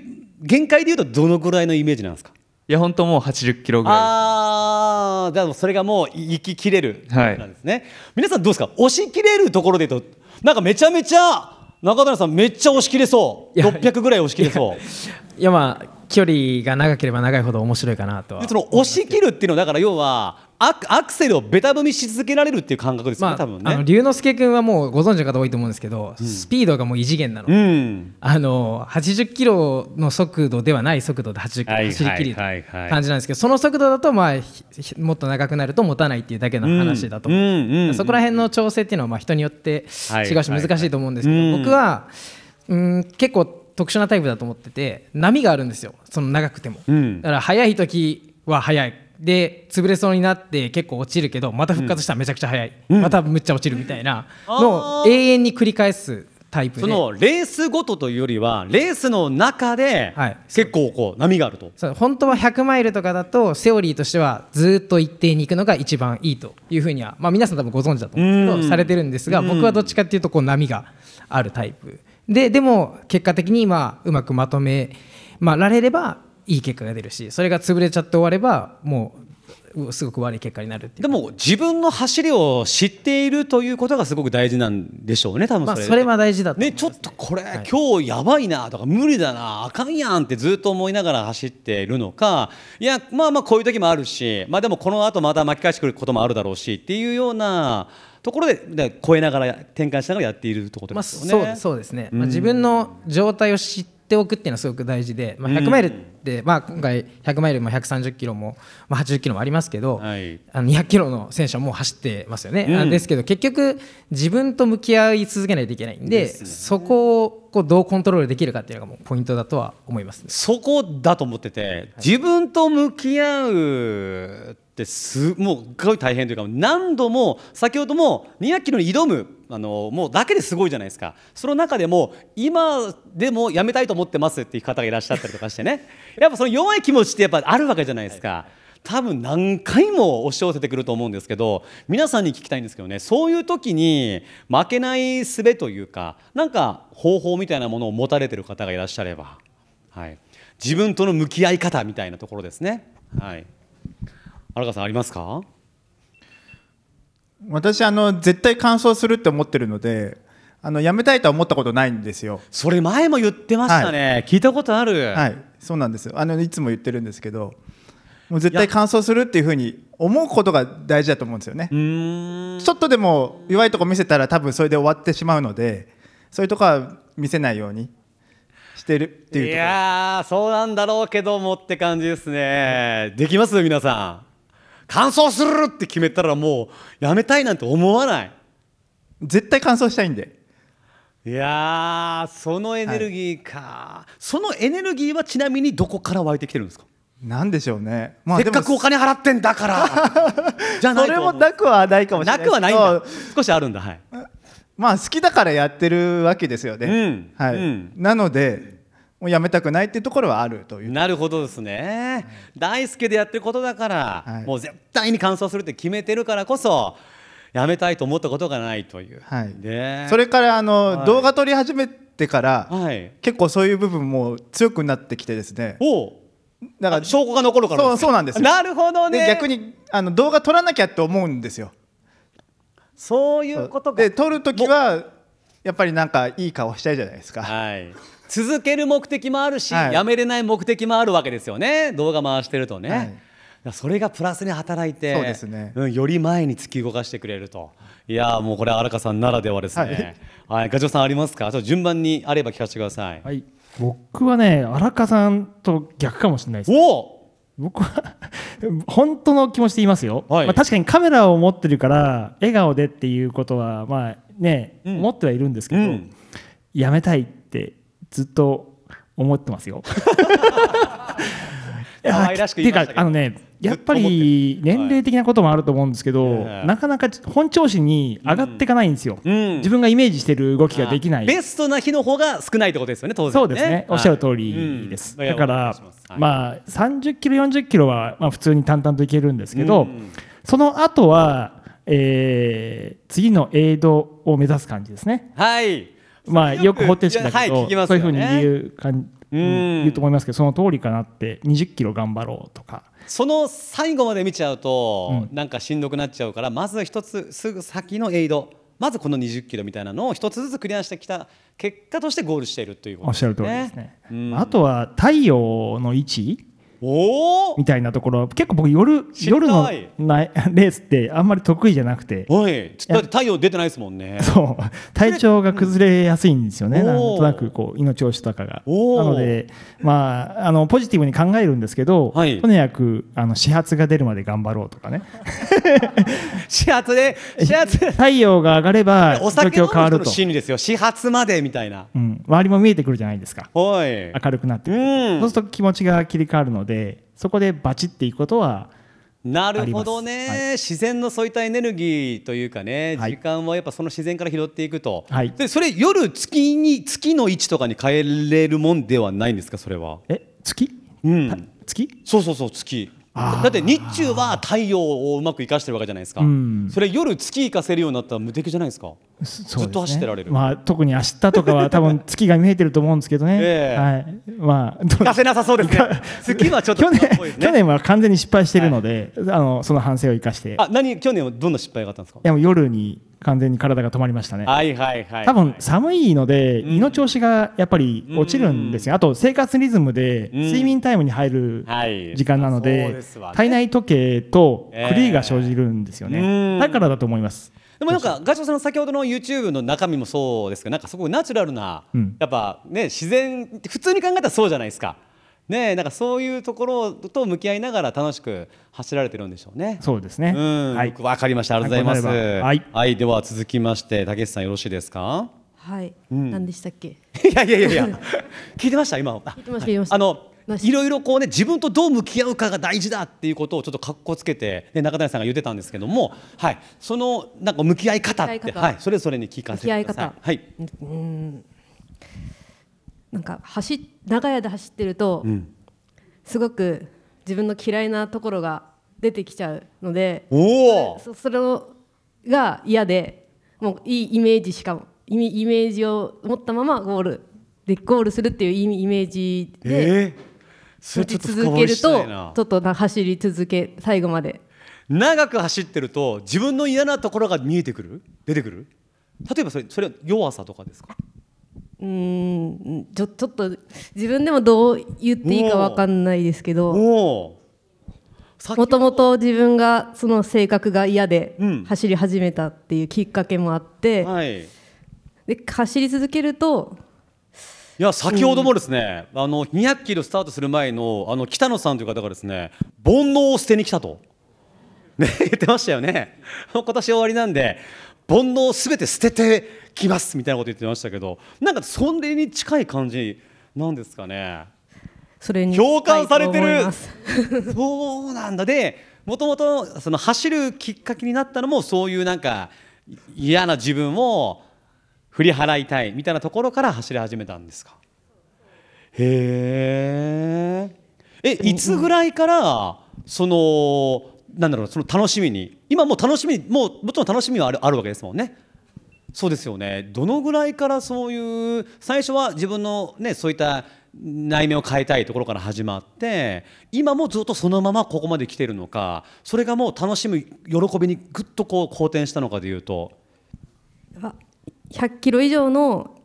限界でいうとどのぐらいのイメージなんですかいや本当もう80キロぐらいああでもそれがもう行き切れるはいなんですね、皆さんどうですか押し切れるところで言うとなんかめちゃめちゃ中谷さんめっちゃ押し切れそう600ぐらい押し切れそういやまあ距離が長ければ長いほど面白いかなとはでその押し切るっていうのはだから要はアクアクセルをベタ踏みし続けられるっていう感覚ですよね、多分あのね。龍之介君はもうご存知の方多いと思うんですけど、スピードがもう異次元なので、あの80キロの速度ではない速度で80キロはい走りきるはいはいはい感じなんですけど、その速度だと、まあ、ひひもっと長くなると持たないっていうだけの話だと思う、そこら辺の調整っていうのはまあ人によって違うしはい難しいと思うんですけど、はいはい僕は、うん、結構特殊なタイプだと思ってて波があるんですよその長くても。うんだから早い時は早いで潰れそうになって結構落ちるけどまた復活したらめちゃくちゃ早い、またむっちゃ落ちるみたいなのを永遠に繰り返すタイプでそのレースごとというよりはレースの中で結構こう波があると、そう本当は100マイルとかだとセオリーとしてはずっと一定に行くのが一番いいというふうには、まあ、皆さん多分ご存知だと思うんですけうんどされてるんですがうん僕はどっちかっていうとこう波があるタイプででも結果的にまあうまくまとめ、まあ、られればいい結果が出るしそれが潰れちゃって終わればもううすごく悪い結果になるっていうでも自分の走りを知っているということがすごく大事なんでしょうね、多分まあそれは大事だと、ね、ちょっとこれ、今日やばいなとか無理だなあかんやんってずっと思いながら走っているのかいやまあまあこういう時もあるし、まあ、でもこの後また巻き返してくることもあるだろうしっていうようなところでで超えながら転換しながらやっているってことまあ、ですそようね。そうですね、うまあ、ん自分の状態を知っておくっていうのはすごく大事で、まあ、100マイルって、まあ、今回100マイルも130キロも、まあ、80キロもありますけど、あの200キロの選手はもう走ってますよね、うんあですけど結局自分と向き合い続けないといけないんでですねそこをこうどうコントロールできるかっていうのがもうポイントだとは思います、ね、そこだと思ってて自分と向き合うってすもうすごい大変というか何度も先ほども200キロに挑むあのもうだけですごいじゃないですかその中でも今でもやめたいと思ってますっていう方がいらっしゃったりとかしてねやっぱその弱い気持ちってやっぱあるわけじゃないですか。多分何回も押し寄せてくると思うんですけど皆さんに聞きたいんですけどねそういう時に負けない術というかなんか方法みたいなものを持たれてる方がいらっしゃればはい、自分との向き合い方みたいなところですね。はい。荒川さんありますか？私あの絶対完走するって思ってるのであのやめたいとは思ったことないんですよそれ前も言ってましたね、聞いたことあるはいそうなんですよあのいつも言ってるんですけどもう絶対完走するっていうふうに思うことが大事だと思うんですよねちょっとでも弱いとこ見せたら多分それで終わってしまうのでそういうとこは見せないようにしてるっていうところやーそうなんだろうけどもって感じですね。できます皆さん。完走するって決めたらもうやめたいなんて思わない。絶対完走したいんで。いやーそのエネルギーか、そのエネルギーはちなみにどこから湧いてきてるんですかなんでしょうね、せっかくお金払ってんだからじゃないそれもなくはないかもしれないなくはないんだ少しあるんだはいまあ好きだからやってるわけですよね、はいうんなのでもうやめたくないっていうところはあるというなるほどですね、大好きでやってることだから、もう絶対に完走するって決めてるからこそやめたいと思ったことがないという、はいねそれからあの、はい動画撮り始めてから、結構そういう部分も強くなってきてですねだから証拠が残るからそうそうなんですよなるほどねで逆にあの動画撮らなきゃって思うんですよそういうことで撮るときはやっぱりなんかいい顔したいじゃないですかはい続ける目的もあるし、はいやめれない目的もあるわけですよね動画回してるとね、だからそれがプラスに働いてそうですねうん、より前に突き動かしてくれるといやーもうこれ荒川さんならではですね、はいガチョウさんありますかちょっと順番にあれば聞かせてください、はい、僕はね荒川さんと逆かもしれないです僕は本当の気持ちで言いますよ、まあ、確かにカメラを持ってるから笑顔でっていうことはまあね、思ってはいるんですけど、やめたいってずっと思ってますよ。いや可愛らしく言いましたけどっていうかあのねやっぱり年齢的なこともあると思うんですけど、なかなか本調子に上がっていかないんですよ、自分がイメージしてる動きができないベストな日の方が少ないってことですよね当然ねそうですねおっしゃる通りです、だから、まあ30キロ40キロはまあ普通に淡々といけるんですけど、うんその後は、えー次のエイドを目指す感じですねはいまあよく方程式だはけいど、聞きますそうよいうねふうに言う感じ、うんうん言うと思いますけどその通りかなって20キロ頑張ろうとかその最後まで見ちゃうと、なんかしんどくなっちゃうからまず一つすぐ先のエイドまずこの20キロみたいなのを一つずつクリアしてきた結果としてゴールしているということおっですしゃね。る通りですね。うんあとは太陽の位置おみたいなところ結構僕夜知りたい夜のなレースってあんまり得意じゃなくておいちょだって太陽出てないですもんね。そう体調が崩れやすいんですよね、おーなんとなくこう胃の調子とかが。おーなので、まあ、あのポジティブに考えるんですけど、とにかくあの始発が出るまで頑張ろうとかね、始発で 始発で太陽が上がればお状酒飲況む変わ人るのと、心理ですよ始発までみたいな。うん、周りも見えてくるじゃないですか、おい明るくなってくる、そうすると気持ちが切り替わるので、そこでバチっていくことは、なるほどね、自然のそういったエネルギーというかね、時間はやっぱその自然から拾っていくと、はいでそれ夜月に月の位置とかに変えれるもんではないんですかそれはえ月、うん、月そうそうそう月だって日中は太陽をうまく生かしてるわけじゃないですか、うんそれ夜月生かせるようになったら無敵じゃないですかそそうですねずっと走ってられる、まあ、特に明日とか は多分月が見えてると思うんですけどね、ええはいまあ、生かせなさそう ですね月はちょっと去年空っぽいですね去年は完全に失敗してるので、あのその反省を生かしていあ何去年はどんな失敗があったんですかやもう夜に完全に体が止まりましたね、はいはいはい多分寒いので胃の調子がやっぱり落ちるんですよ、あと生活リズムでうん睡眠タイムに入るはい時間なので,、そうですわね体内時計と狂いが生じるんですよね、うんだからだと思います。でもなんかガチョウさんの先ほどの YouTube の中身もそうですけどなんかすごいナチュラルな、うんやっぱね自然普通に考えたらそうじゃないですか。ねえなんかそういうところと向き合いながら楽しく走られてるんでしょうね。そうですね。うん、よくわかりました。ありがとうございます。参考になれは、ばはいでは続きまして竹内さんよろしいですか。はい、うん何でしたっけいやいやいやいや聞いてました今。聞いてました 聞いてましたあのいろいろこうね自分とどう向き合うかが大事だっていうことをちょっと格好つけて、ね、中谷さんが言ってたんですけども、はい、そのなんか向き合い方って向き合い方はい、それぞれに聞かせてください。向き合い方はい。うーんなんか走っ長屋で走ってると、うんすごく自分の嫌いなところが出てきちゃうのでおお。そそれが嫌でもういいイメージしかもイメイメージを持ったままゴールでゴールするっていうイメイメージでええそ打れちょちっと続ける深掘りしたといなちょっとな走り続け最後まで長く走ってると自分の嫌なところが見えてくる出てくる例えばそれそれは弱さとかですかうーんちょちょっと自分でもどう言っていいかわかんないですけどもともと自分がその性格が嫌で走り始めたっていうきっかけもあって、はいいで走り続けるとや先ほどもですね、あの200キロスタートする前のあの北野さんという方がですね煩悩を捨てに来たと、ね、 言ってましたよねもう今年終わりなんで煩悩をすべて捨ててきますみたいなこと言ってましたけどなんかそれに近い感じなんですかねそれに共感されて近いと思いるま すそうなんだでもともとその走るきっかけになったのもそういうなんか嫌な自分を振り払いたいみたいなところから走り始めたんですかへええいつぐらいからそのなんだろうその楽しみに今もう楽しみもうもちろん楽しみはあるあるわけですもんねそうですよねどのぐらいからそういう最初は自分のねそういった内面を変えたいところから始まって今もずっとそのままここまで来てるのかそれがもう楽しむ喜びにぐっとこう好転したのかでいうと100キロ以上の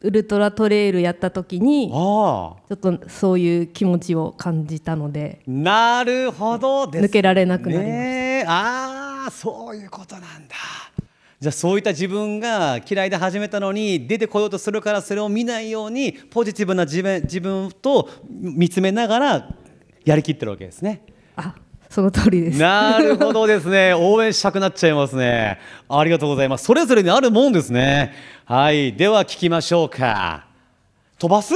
ウルトラトレイルやった時にちょっとそういう気持ちを感じたのでなるほどです、抜けられなくなりましたねああそういうことなんだじゃあそういった自分が嫌いで始めたのに出てこようとするからそれを見ないようにポジティブな自分自分と見つめながらやりきってるわけですね。その通りですなるほどです ね。応援したくなっちゃいますね。ありがとうございます。それぞれにあるもんですね。はい、では聞きましょうか。飛 ばす？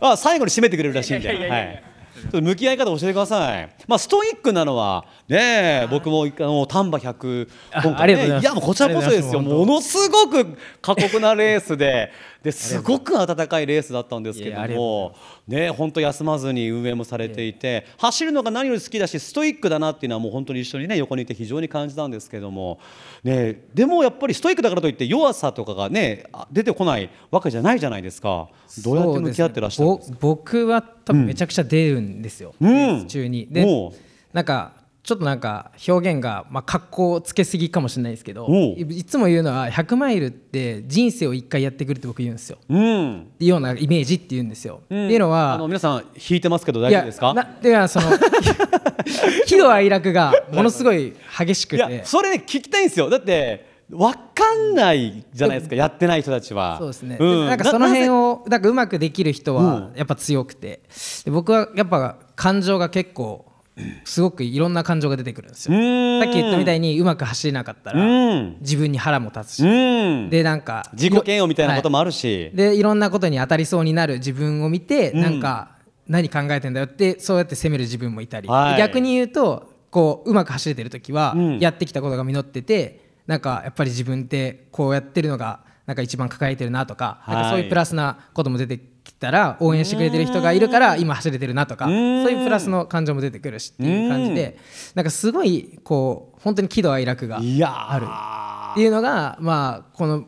あ、最後に締めてくれるらしいんで。いやいやいはやいやい。ちょっと向き合い方教えてください。まあストイックなのはねえ、僕もあの丹波100今あありがとうございますやもうこちらこそですよ。ありがとうございますものすごく過酷なレース で、ですごく温かいレースだったんですけども、ね本当休まずに運営もされていて、走るのが何より好きだしストイックだなっていうのはもう本当に一緒にね横にいて非常に感じたんですけども、ねでもやっぱりストイックだからといって弱さとかがねあ出てこないわけじゃないじゃないですか。どうやって向き合ってらっしゃるんですか。ぼ僕は多分めちゃくちゃ出るんですよ、レース中にでおうなんかちょっとなんか表現が、まあ、格好つけすぎかもしれないですけどおういいつも言うのは100マイルって人生を一回やってくるって僕言うんですよ、うん。っていうようなイメージって言うんですよ、っていうのはあの皆さん引いてますけど大丈夫ですかいやなではその 喜怒哀楽がものすごい激しくいてやそれね聞きたいんですよだってわかんないじゃないですかやってない人たちはそうですね、んなんかその辺なをなんかうまくできる人はやっぱ強くて、で僕はやっぱ感情が結構すごくいろんな感情が出てくるんですよんさっき言ったみたいにうまく走れなかったらうん自分に腹も立つし、うんでなんか自己嫌悪みたいなこともあるし、でいろんなことに当たりそうになる自分を見て、うんなんか何考えてんだよってそうやって責める自分もいたり、はい逆に言うとこううまく走れてる時は、うんやってきたことが実っててなんかやっぱり自分ってこうやってるのがなんか一番抱えてるなとか,、なんかそうはいいうプラスなことも出てきたら応援してくれてる人がいるから今走れてるなとかそういうプラスの感情も出てくるしっていう感じでなんかすごいこう本当に喜怒哀楽があるっていうのがまあこの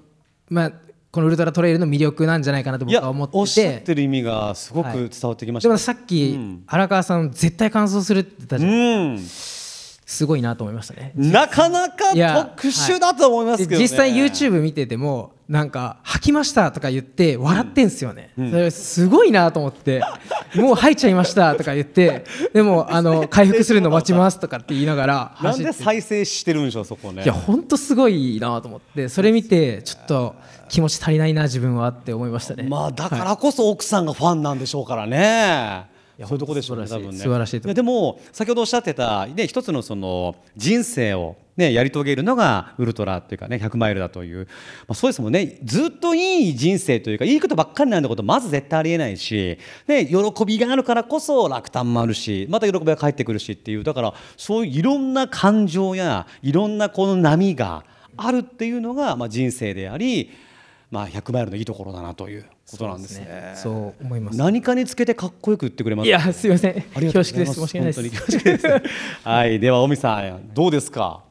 まあこのウルトラトレイルの魅力なんじゃないかなと僕は思ってておっしゃってる意味がすごく伝わってきました、でもさっき、荒川さん絶対感想するって言ったじゃん、すごいなと思いましたねなかなかいや特殊だと思いますけどね、で実際 YouTube 見ててもなんか「吐きました」とか言って笑ってんすよね、それすごいなと思って「もう吐いちゃいました」とか言ってでもあの回復するの待ちますとかって言いながらな走んっで再生してるんでしょうそこねいや本当すごいなと思ってそれ見てちょっと気持ち足りないな自分はって思いましたねまあだからこそ奥さんがファンなんでしょうからね。そういうとこでしょうね、多分ね。素晴らしいいやでも先ほどおっしゃってたね一つのその人生をねやり遂げるのがウルトラというかね100マイルだという。まあそうですもんね。ずっといい人生というかいいことばっかりなんてことまず絶対ありえないし、ね喜びがあるからこそ落胆もあるし、また喜びが返ってくるしっていうだからそういういろんな感情やいろんなこの波があるっていうのがまあ人生であり。まあ、100マイルのいいところだなということなんですね。そう思います。何かにつけてかっこよく言ってくれます。いやすいませんありがとうございます恐縮です申し訳ないです本当に恐縮 ですはい、では、尾身さん、どうですか。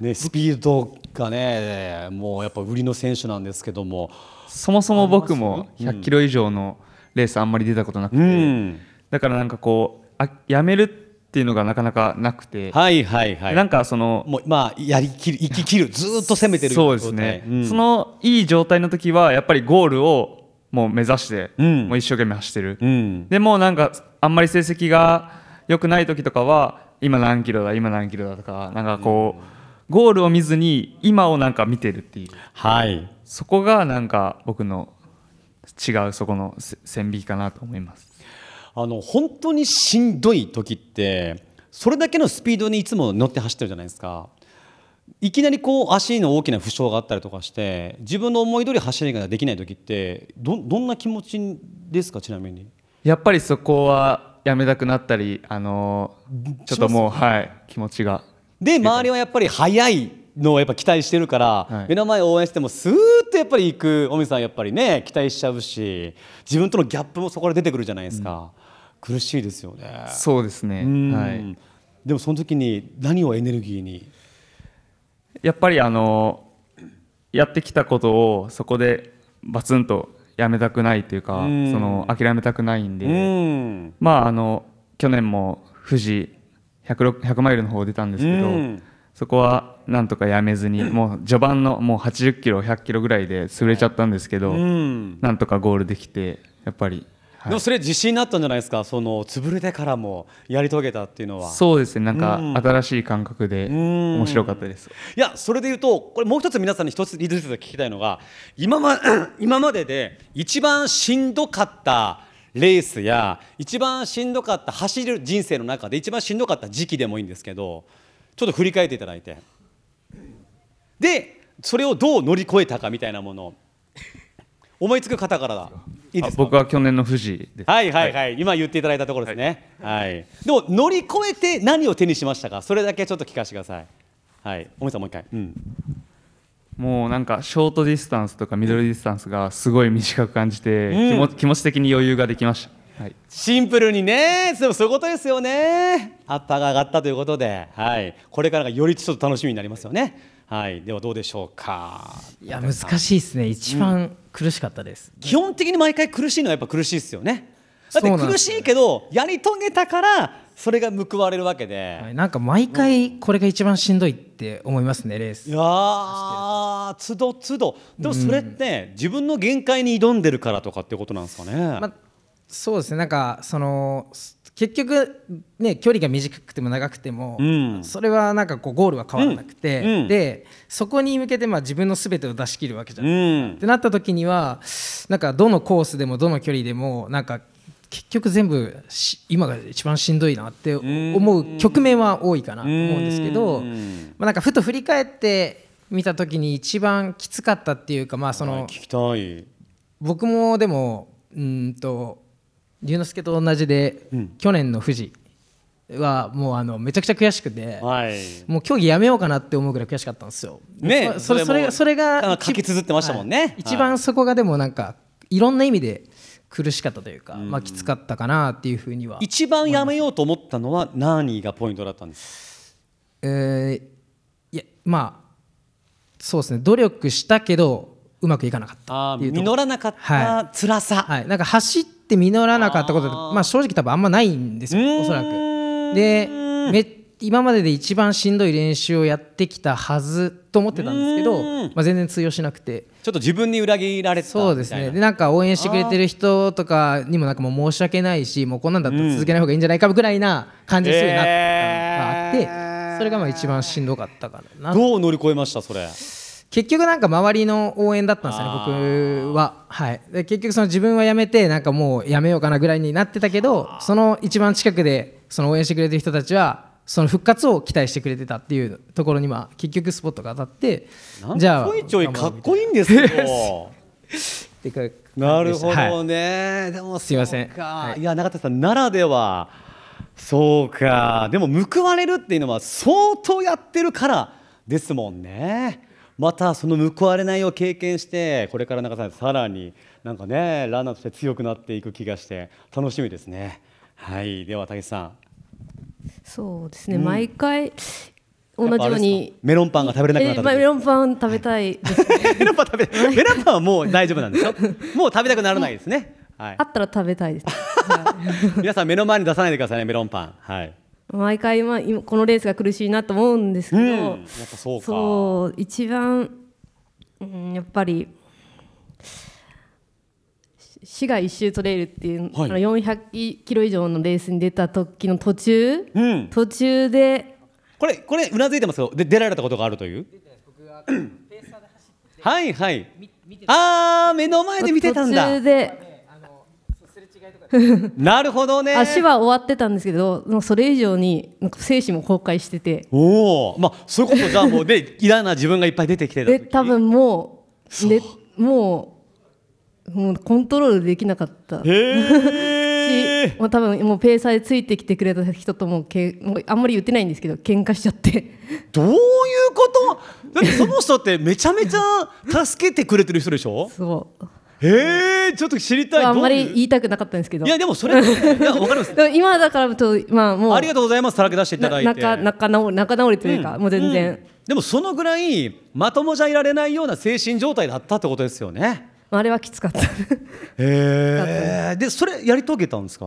ね、スピードがね、もうやっぱ売りの選手なんですけども。そもそも僕も100キロ以上のレースあんまり出たことなくて、だからなんかこうあやめるっていうのがなかなかなくて、はいはいはい。なんかそのもうまあやりきる生ききるずーっと攻めてるそうですね、状態うんそのいい状態の時はやっぱりゴールをもう目指して、もう一生懸命走ってる、でもうなんかあんまり成績が良くない時とかは今何キロだ今何キロだとかなんかこう、ゴールを見ずに今をなんか見てるっていう、はい、そこがなんか僕の違うそこのせ線引きかなと思いますあの本当にしんどい時ってそれだけのスピードにいつも乗って走ってるじゃないですかいきなりこう足の大きな負傷があったりとかして自分の思い通り走りができない時ってどどんな気持ちですかちなみにやっぱりそこはやめたくなったりあのーちょっともう、しはい気持ちがで周りはやっぱり速いのをやっぱ期待してるから、目の前を応援してもスーッとやっぱり行く尾身さんやっぱりね期待しちゃうし自分とのギャップもそこで出てくるじゃないですか、苦しいですよねそうですねうんはいでもその時に何をエネルギーにやっぱりあのやってきたことをそこでバツンとやめたくないというか、うんその諦めたくないんで、うんまああの去年も富士 100, 100マイルの方出たんですけど、うんそこはなんとかやめず にもう序盤のもう80キロ100キロぐらいで潰れちゃったんですけど、うんなんとかゴールできてやっぱりでもそれ自信になったんじゃないですかその潰れてからもやり遂げたっていうのはそうですねなんかうん新しい感覚で面白かったです。いやそれで言うとこれもう一つ皆さんに一つずつ聞きたいのが今ま 今までで一番しんどかったレースや一番しんどかった走る人生の中で一番しんどかった時期でもいいんですけどちょっと振り返っていただいてでそれをどう乗り越えたかみたいなもの思いつく方からだいいですかあ僕は去年の富士ですはいはいはい、今言っていただいたところですね、はいでも乗り越えて何を手にしましたかそれだけちょっと聞かせてくださいはいおめさんもう一回、うん、もうなんかショートディスタンスとかミドルディスタンスがすごい短く感じて、うん気も気持ち的に余裕ができました、はい、シンプルにねでもそういうことですよねアッパーが上がったということで、はい、これからがよりちょっと楽しみになりますよねはいではどうでしょうかいや難しいですね一番苦しかったです、基本的に毎回苦しいのはやっぱ苦しいですよねだってそうなん苦でしすいけどやり遂げたからそれが報われるわけで、なんか毎回これが一番しんどいって思いますねレースいやーつどつどでもそれって、自分の限界に挑んでるからとかってことなんですかね、まそうですねなんかそのす結局ね距離が短くても長くても、うんそれはなんかこうゴールは変わらなくて、うんうんでそこに向けてまあ自分の全てを出し切るわけじゃない、んってなった時にはなんかどのコースでもどの距離でもなんか結局全部し今が一番しんどいなって思う局面は多いかなと思うんですけど、まあ、なんかふと振り返って見た時に一番きつかったっていうかまあその、聞きたい僕もでもうーんと龍之介と同じで、去年の富士はもうあのめちゃくちゃ悔しくて、もう競技やめようかなって思うぐらい悔しかったんですよ。ねまあそれそれもそれがあの書き綴ってましたもんね、一番そこがでもなんかいろんな意味で苦しかったというか、まあ、きつかったかなっていうふうには、一番やめようと思ったのは何がポイントだったんですえーいやまあそうですね努力したけどうまくいかなかったっていうとこ実らなかった、はい辛さ、はい、なんか走って実らなかったことってまあ、正直多分あんまないんですよおそらく。でめ今までで一番しんどい練習をやってきたはずと思ってたんですけど、まあ、全然通用しなくてちょっと自分に裏切られてたそうですねでなんか応援してくれてる人とかにもなんかもう申し訳ないしもうこんなんだったら続けない方がいいんじゃないかぐらいな感じするなっていうのがあってそれがまあ一番しんどかったかなどう乗り越えましたそれ結局なんか周りの応援だったんですよね僕ははいで結局その自分はやめてなんかもうやめようかなぐらいになってたけどその一番近くでその応援してくれてる人たちはその復活を期待してくれてたっていうところにまあ結局スポットが当たってなんじゃあちょいちょいかっこいいんですけど でかいなるほはいどね、でもすいませんそうか、い、や永田さんならではそうかでも報われるっていうのは相当やってるからですもんねまたその報われないを経験してこれから永田さんさらになんかねランナーとして強くなっていく気がして楽しみですねはいでは武さんそうですね、うん毎回同じようやっぱあれでにすかメロンパンが食べれなくなっえたまあ、時メロンパン食べたいです、 メロンパンはもう大丈夫なんですよもう食べたくならないですね はいあ。ったら食べたいです 皆さん目の前に出さないでくださいねメロンパンはい毎回、まあ、今このレースが苦しいなと思うんですけど、うんやっぱそうかそう一番、うん、やっぱりし市外一周トレイルっていう、はいあの400キロ以上のレースに出た時の途中、うん途中でこれこれうなずいてますよで出られたことがあるというはいはいあー目の前で見てたん途だ中でなるほどね足は終わってたんですけどもうそれ以上になんか精神も崩壊してておおまあそれこそじゃあもう で嫌な自分がいっぱい出てきてでる多分もうでもうもうコントロールできなかった。 しもう多分もうペーサーでついてきてくれた人ともけもうあんまり言ってないんですけど喧嘩しちゃってどういうことだってその人ってめちゃめちゃ助けてくれてる人でしょそうえー、ちょっと知りたいあんまどりう言いたくなかったんですけどいやでもそれいやわかりますでも今だからとまあもうありがとうございますさらけ出していただいて仲仲直り仲直りというか、もう全然、でもそのぐらいまともじゃいられないような精神状態だったってことですよねまああれはきつかった へえでそれやり遂げたんですか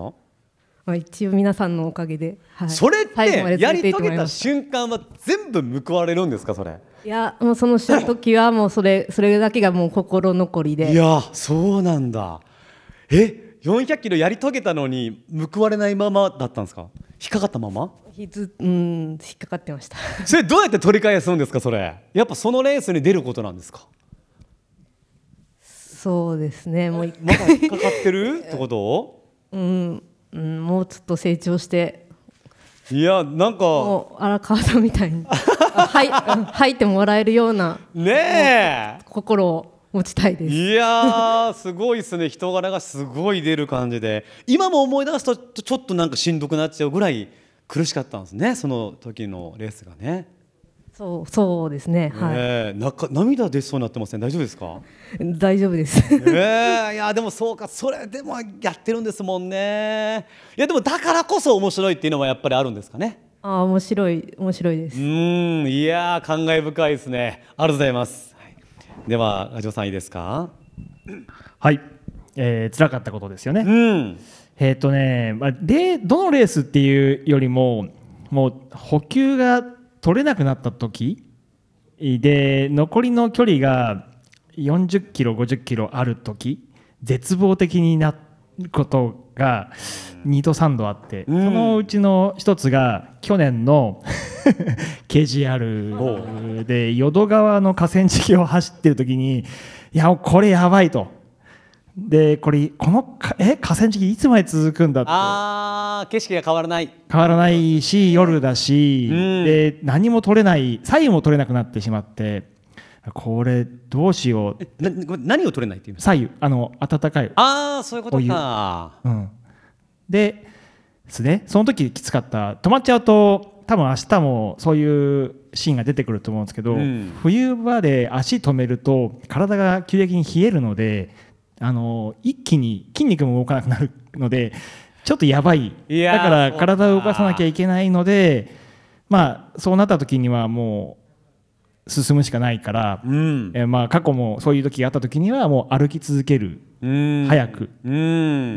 まあ一応皆さんのおかげで、はいそれって最後までや連れり遂て行ってもげらいまたし瞬間は全部報われるんですかそれたいやもうその時はもうそれそれだけがもう心残りでいやそうなんだえ400キロやり遂げたのに報われないままだったんですか引っかかったままひずうん引っかかってましたそれどうやって取り返すんですかそれやっぱそのレースに出ることなんですかそうですね もう一ま回だ引っかかってるってことうん、うん、もうちょっと成長していやなんかもう荒川さんみたいに あはいうん吐いてもらえるようなねえ心を持ちたいですいやーすごいですね人柄がすごい出る感じで今も思い出すとちょちょっとなんかしんどくなっちゃうぐらい苦しかったんですねその時のレースがね、そうそうですねはい、ええなか涙出そうになってません、大丈夫です か大丈夫ですええいやでもそうかそれでもやってるんですもんねいやでもだからこそ面白いっていうのはやっぱりあるんですかね あー面白い面白いですうーんいやー感慨深いですねありがとうございます、はいではガジョさんいいですかはい、えー辛かったことですよね。えっ、とね、まあ、でどのレースっていうよりももう補給が取れなくなった時で残りの距離が40キロ50キロある時絶望的になることが2度3度あって、そのうちの一つが去年の KGR で淀川の河川敷を走ってる時にいやこれやばいとでこれこのかえ河川敷いつまで続くんだってあー景色が変わらない変わらないし夜だし、で何も取れない左右も取れなくなってしまってこれどうしようなごめん何を取れないって言います左右あの温かいああそういうことお湯かうん、でですねその時きつかった止まっちゃうと多分明日もそういうシーンが出てくると思うんですけど、うん冬場で足止めると体が急激に冷えるのであの一気に筋肉も動かなくなるのでちょっとやばいいやーだから体を動かさなきゃいけないのでまあそうなった時にはもう進むしかないから、えーまあ、過去もそういう時があった時にはもう歩き続ける早く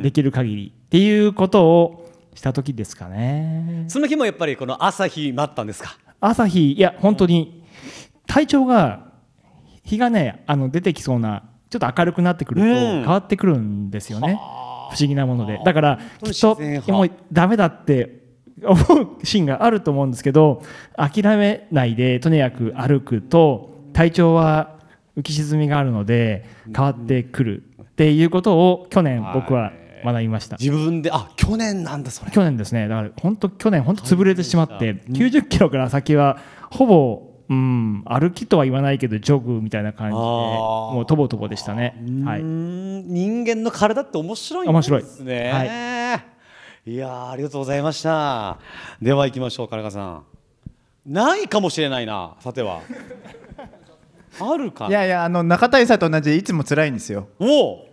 できる限りっていうことをした時ですかね。その日もやっぱりこの朝日待ったんですか朝日いや本当に体調が日がねあの出てきそうなちょっと明るくなってくると変わってくるんですよね、不思議なものでだからきっともうダメだって 思うシーンがあると思うんですけど諦めないでとにかく歩くと体調は浮き沈みがあるので変わってくるっていうことを去年僕は学びました自分であ去年なんだそれ去年ですねだから本当去年本当潰れてしまって90キロから先はほぼうん歩きとは言わないけどジョグみたいな感じでもうとぼとぼでしたねはい人間の体って面白いん面白いですねい、やーありがとうございましたでは行きましょう金川さんないかもしれないなさてはあるかないやいやあの中谷さんと同じでいつも辛いんですよ。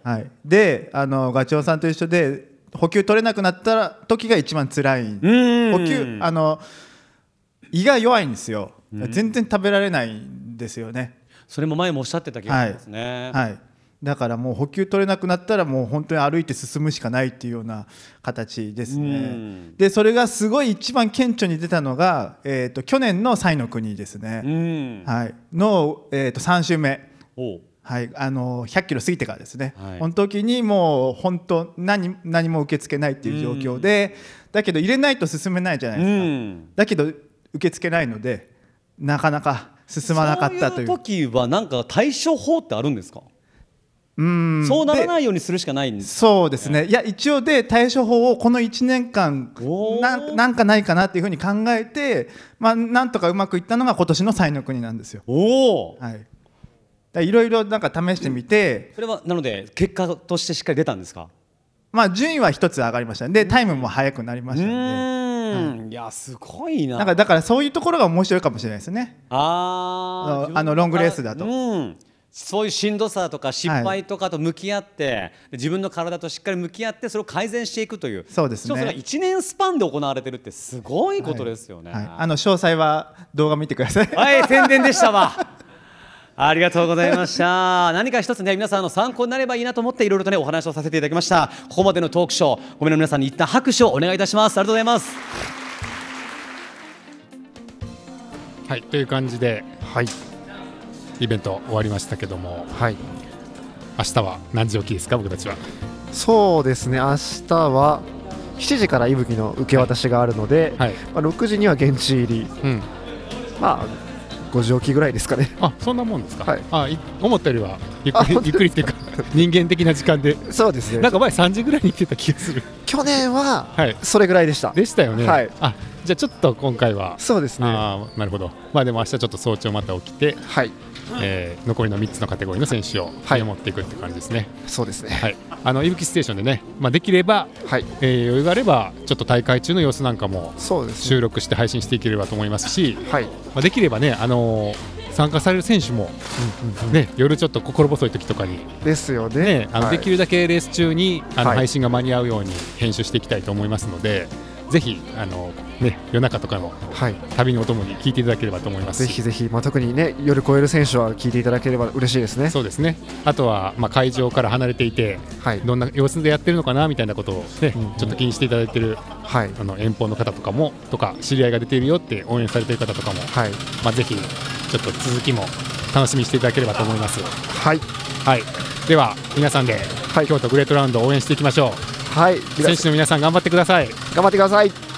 はい、であのガチョウさんと一緒で補給取れなくなった時が一番辛い補給あの胃が弱いんですよ、全然食べられないんですよね。それも前もおっしゃってた気がしますねはいはいだからもう補給取れなくなったらもう本当に歩いて進むしかないっていうような形ですうねん。でそれがすごい一番顕著に出たのが、えー、と去年の「サイの国」ですね、はい、の、えー、と3週目、はい、あの100キロ過ぎてからですね、はいこの時にもう本当何何も受け付けないっていう状況で、だけど入れないと進めないじゃないですか、だけど受け付けないのでなかなか進まなかったという。時はなんか対処法ってあるんですかうんそうならないいようにするしかないんですそうですね、いや一応で対処法をこの1年間なんなんかないかなっていうふうに考えて、まあ、なんとかうまくいったのが今年の「才の国」なんですよ。おはいだいろいろなんか試してみて、それはなので結果としてしっかり出たんですかまあ、順位は一つ上がりましたねでタイムも速くなりましたねいやすごいななんかだからそういうところが面白いかもしれないですねああのあのロングレースだと、うんそういうしんどさとか失敗とかと向き合って、自分の体としっかり向き合ってそれを改善していくというそうですねしかもそれが1年スパンで行われてるってすごいことですよね。はいあの詳細は動画見てくださいはい、宣伝でしたわ。 ありがとうございました。何か一つね、皆さんの参考になればいいなと思って、いろいろとね、お話をさせていただきました。ここまでのトークショー、ごめんの皆さんに一旦拍手をお願いいたします。ありがとうございます。はい、という感じで、イベント終わりましたけども、明日は何時起きですか、僕たちは。そうですね明日は7時からいぶきの受け渡しがあるので、まあ、6時には現地入り、まあ5時起きぐらいですかねあそんなもんですか、はい、あい思ったよりはゆっあくり本当ゆっくりっていうか、人間的な時間で、そうですねなんか前、3時ぐらいに来てた気がする。去年ははい、それぐらいでした。でしたよね。はいあじゃあちょっと今回はそうですねあーなるほど、まあ、でも明日ちょっと早朝また起きて、はいえー残りの3つのカテゴリーの選手を見守っていくって感じですね。そうですね、はい、あのいぶきステーションでね、まあ、できれば、えー余裕があればちょっと大会中の様子なんかも収録して配信していければと思いますし、まあ、できればね、あのー参加される選手も、ね、夜ちょっと心細い時とかにですよねあのはいできるだけレース中にあのはい配信が間に合うように編集していきたいと思いますので、ぜひあの、ね、夜中とかのはい旅のお供に聞いていただければと思いますぜひぜひ、まあ、特にね夜超える選手は聞いていただければ嬉しいですねそうですねあとは、まあ、会場から離れていて、どんな様子でやってるのかなみたいなことを、ねちょっと気にしていただいてる、あの遠方の方とかもとか知り合いが出ているよって応援されている方とかも、まあ、ぜひちょっと続きも楽しみにしていただければと思います。はい、はい、では皆さんで、京都グレートラウンドを応援していきましょうはい選手の皆さん頑張ってください頑張ってください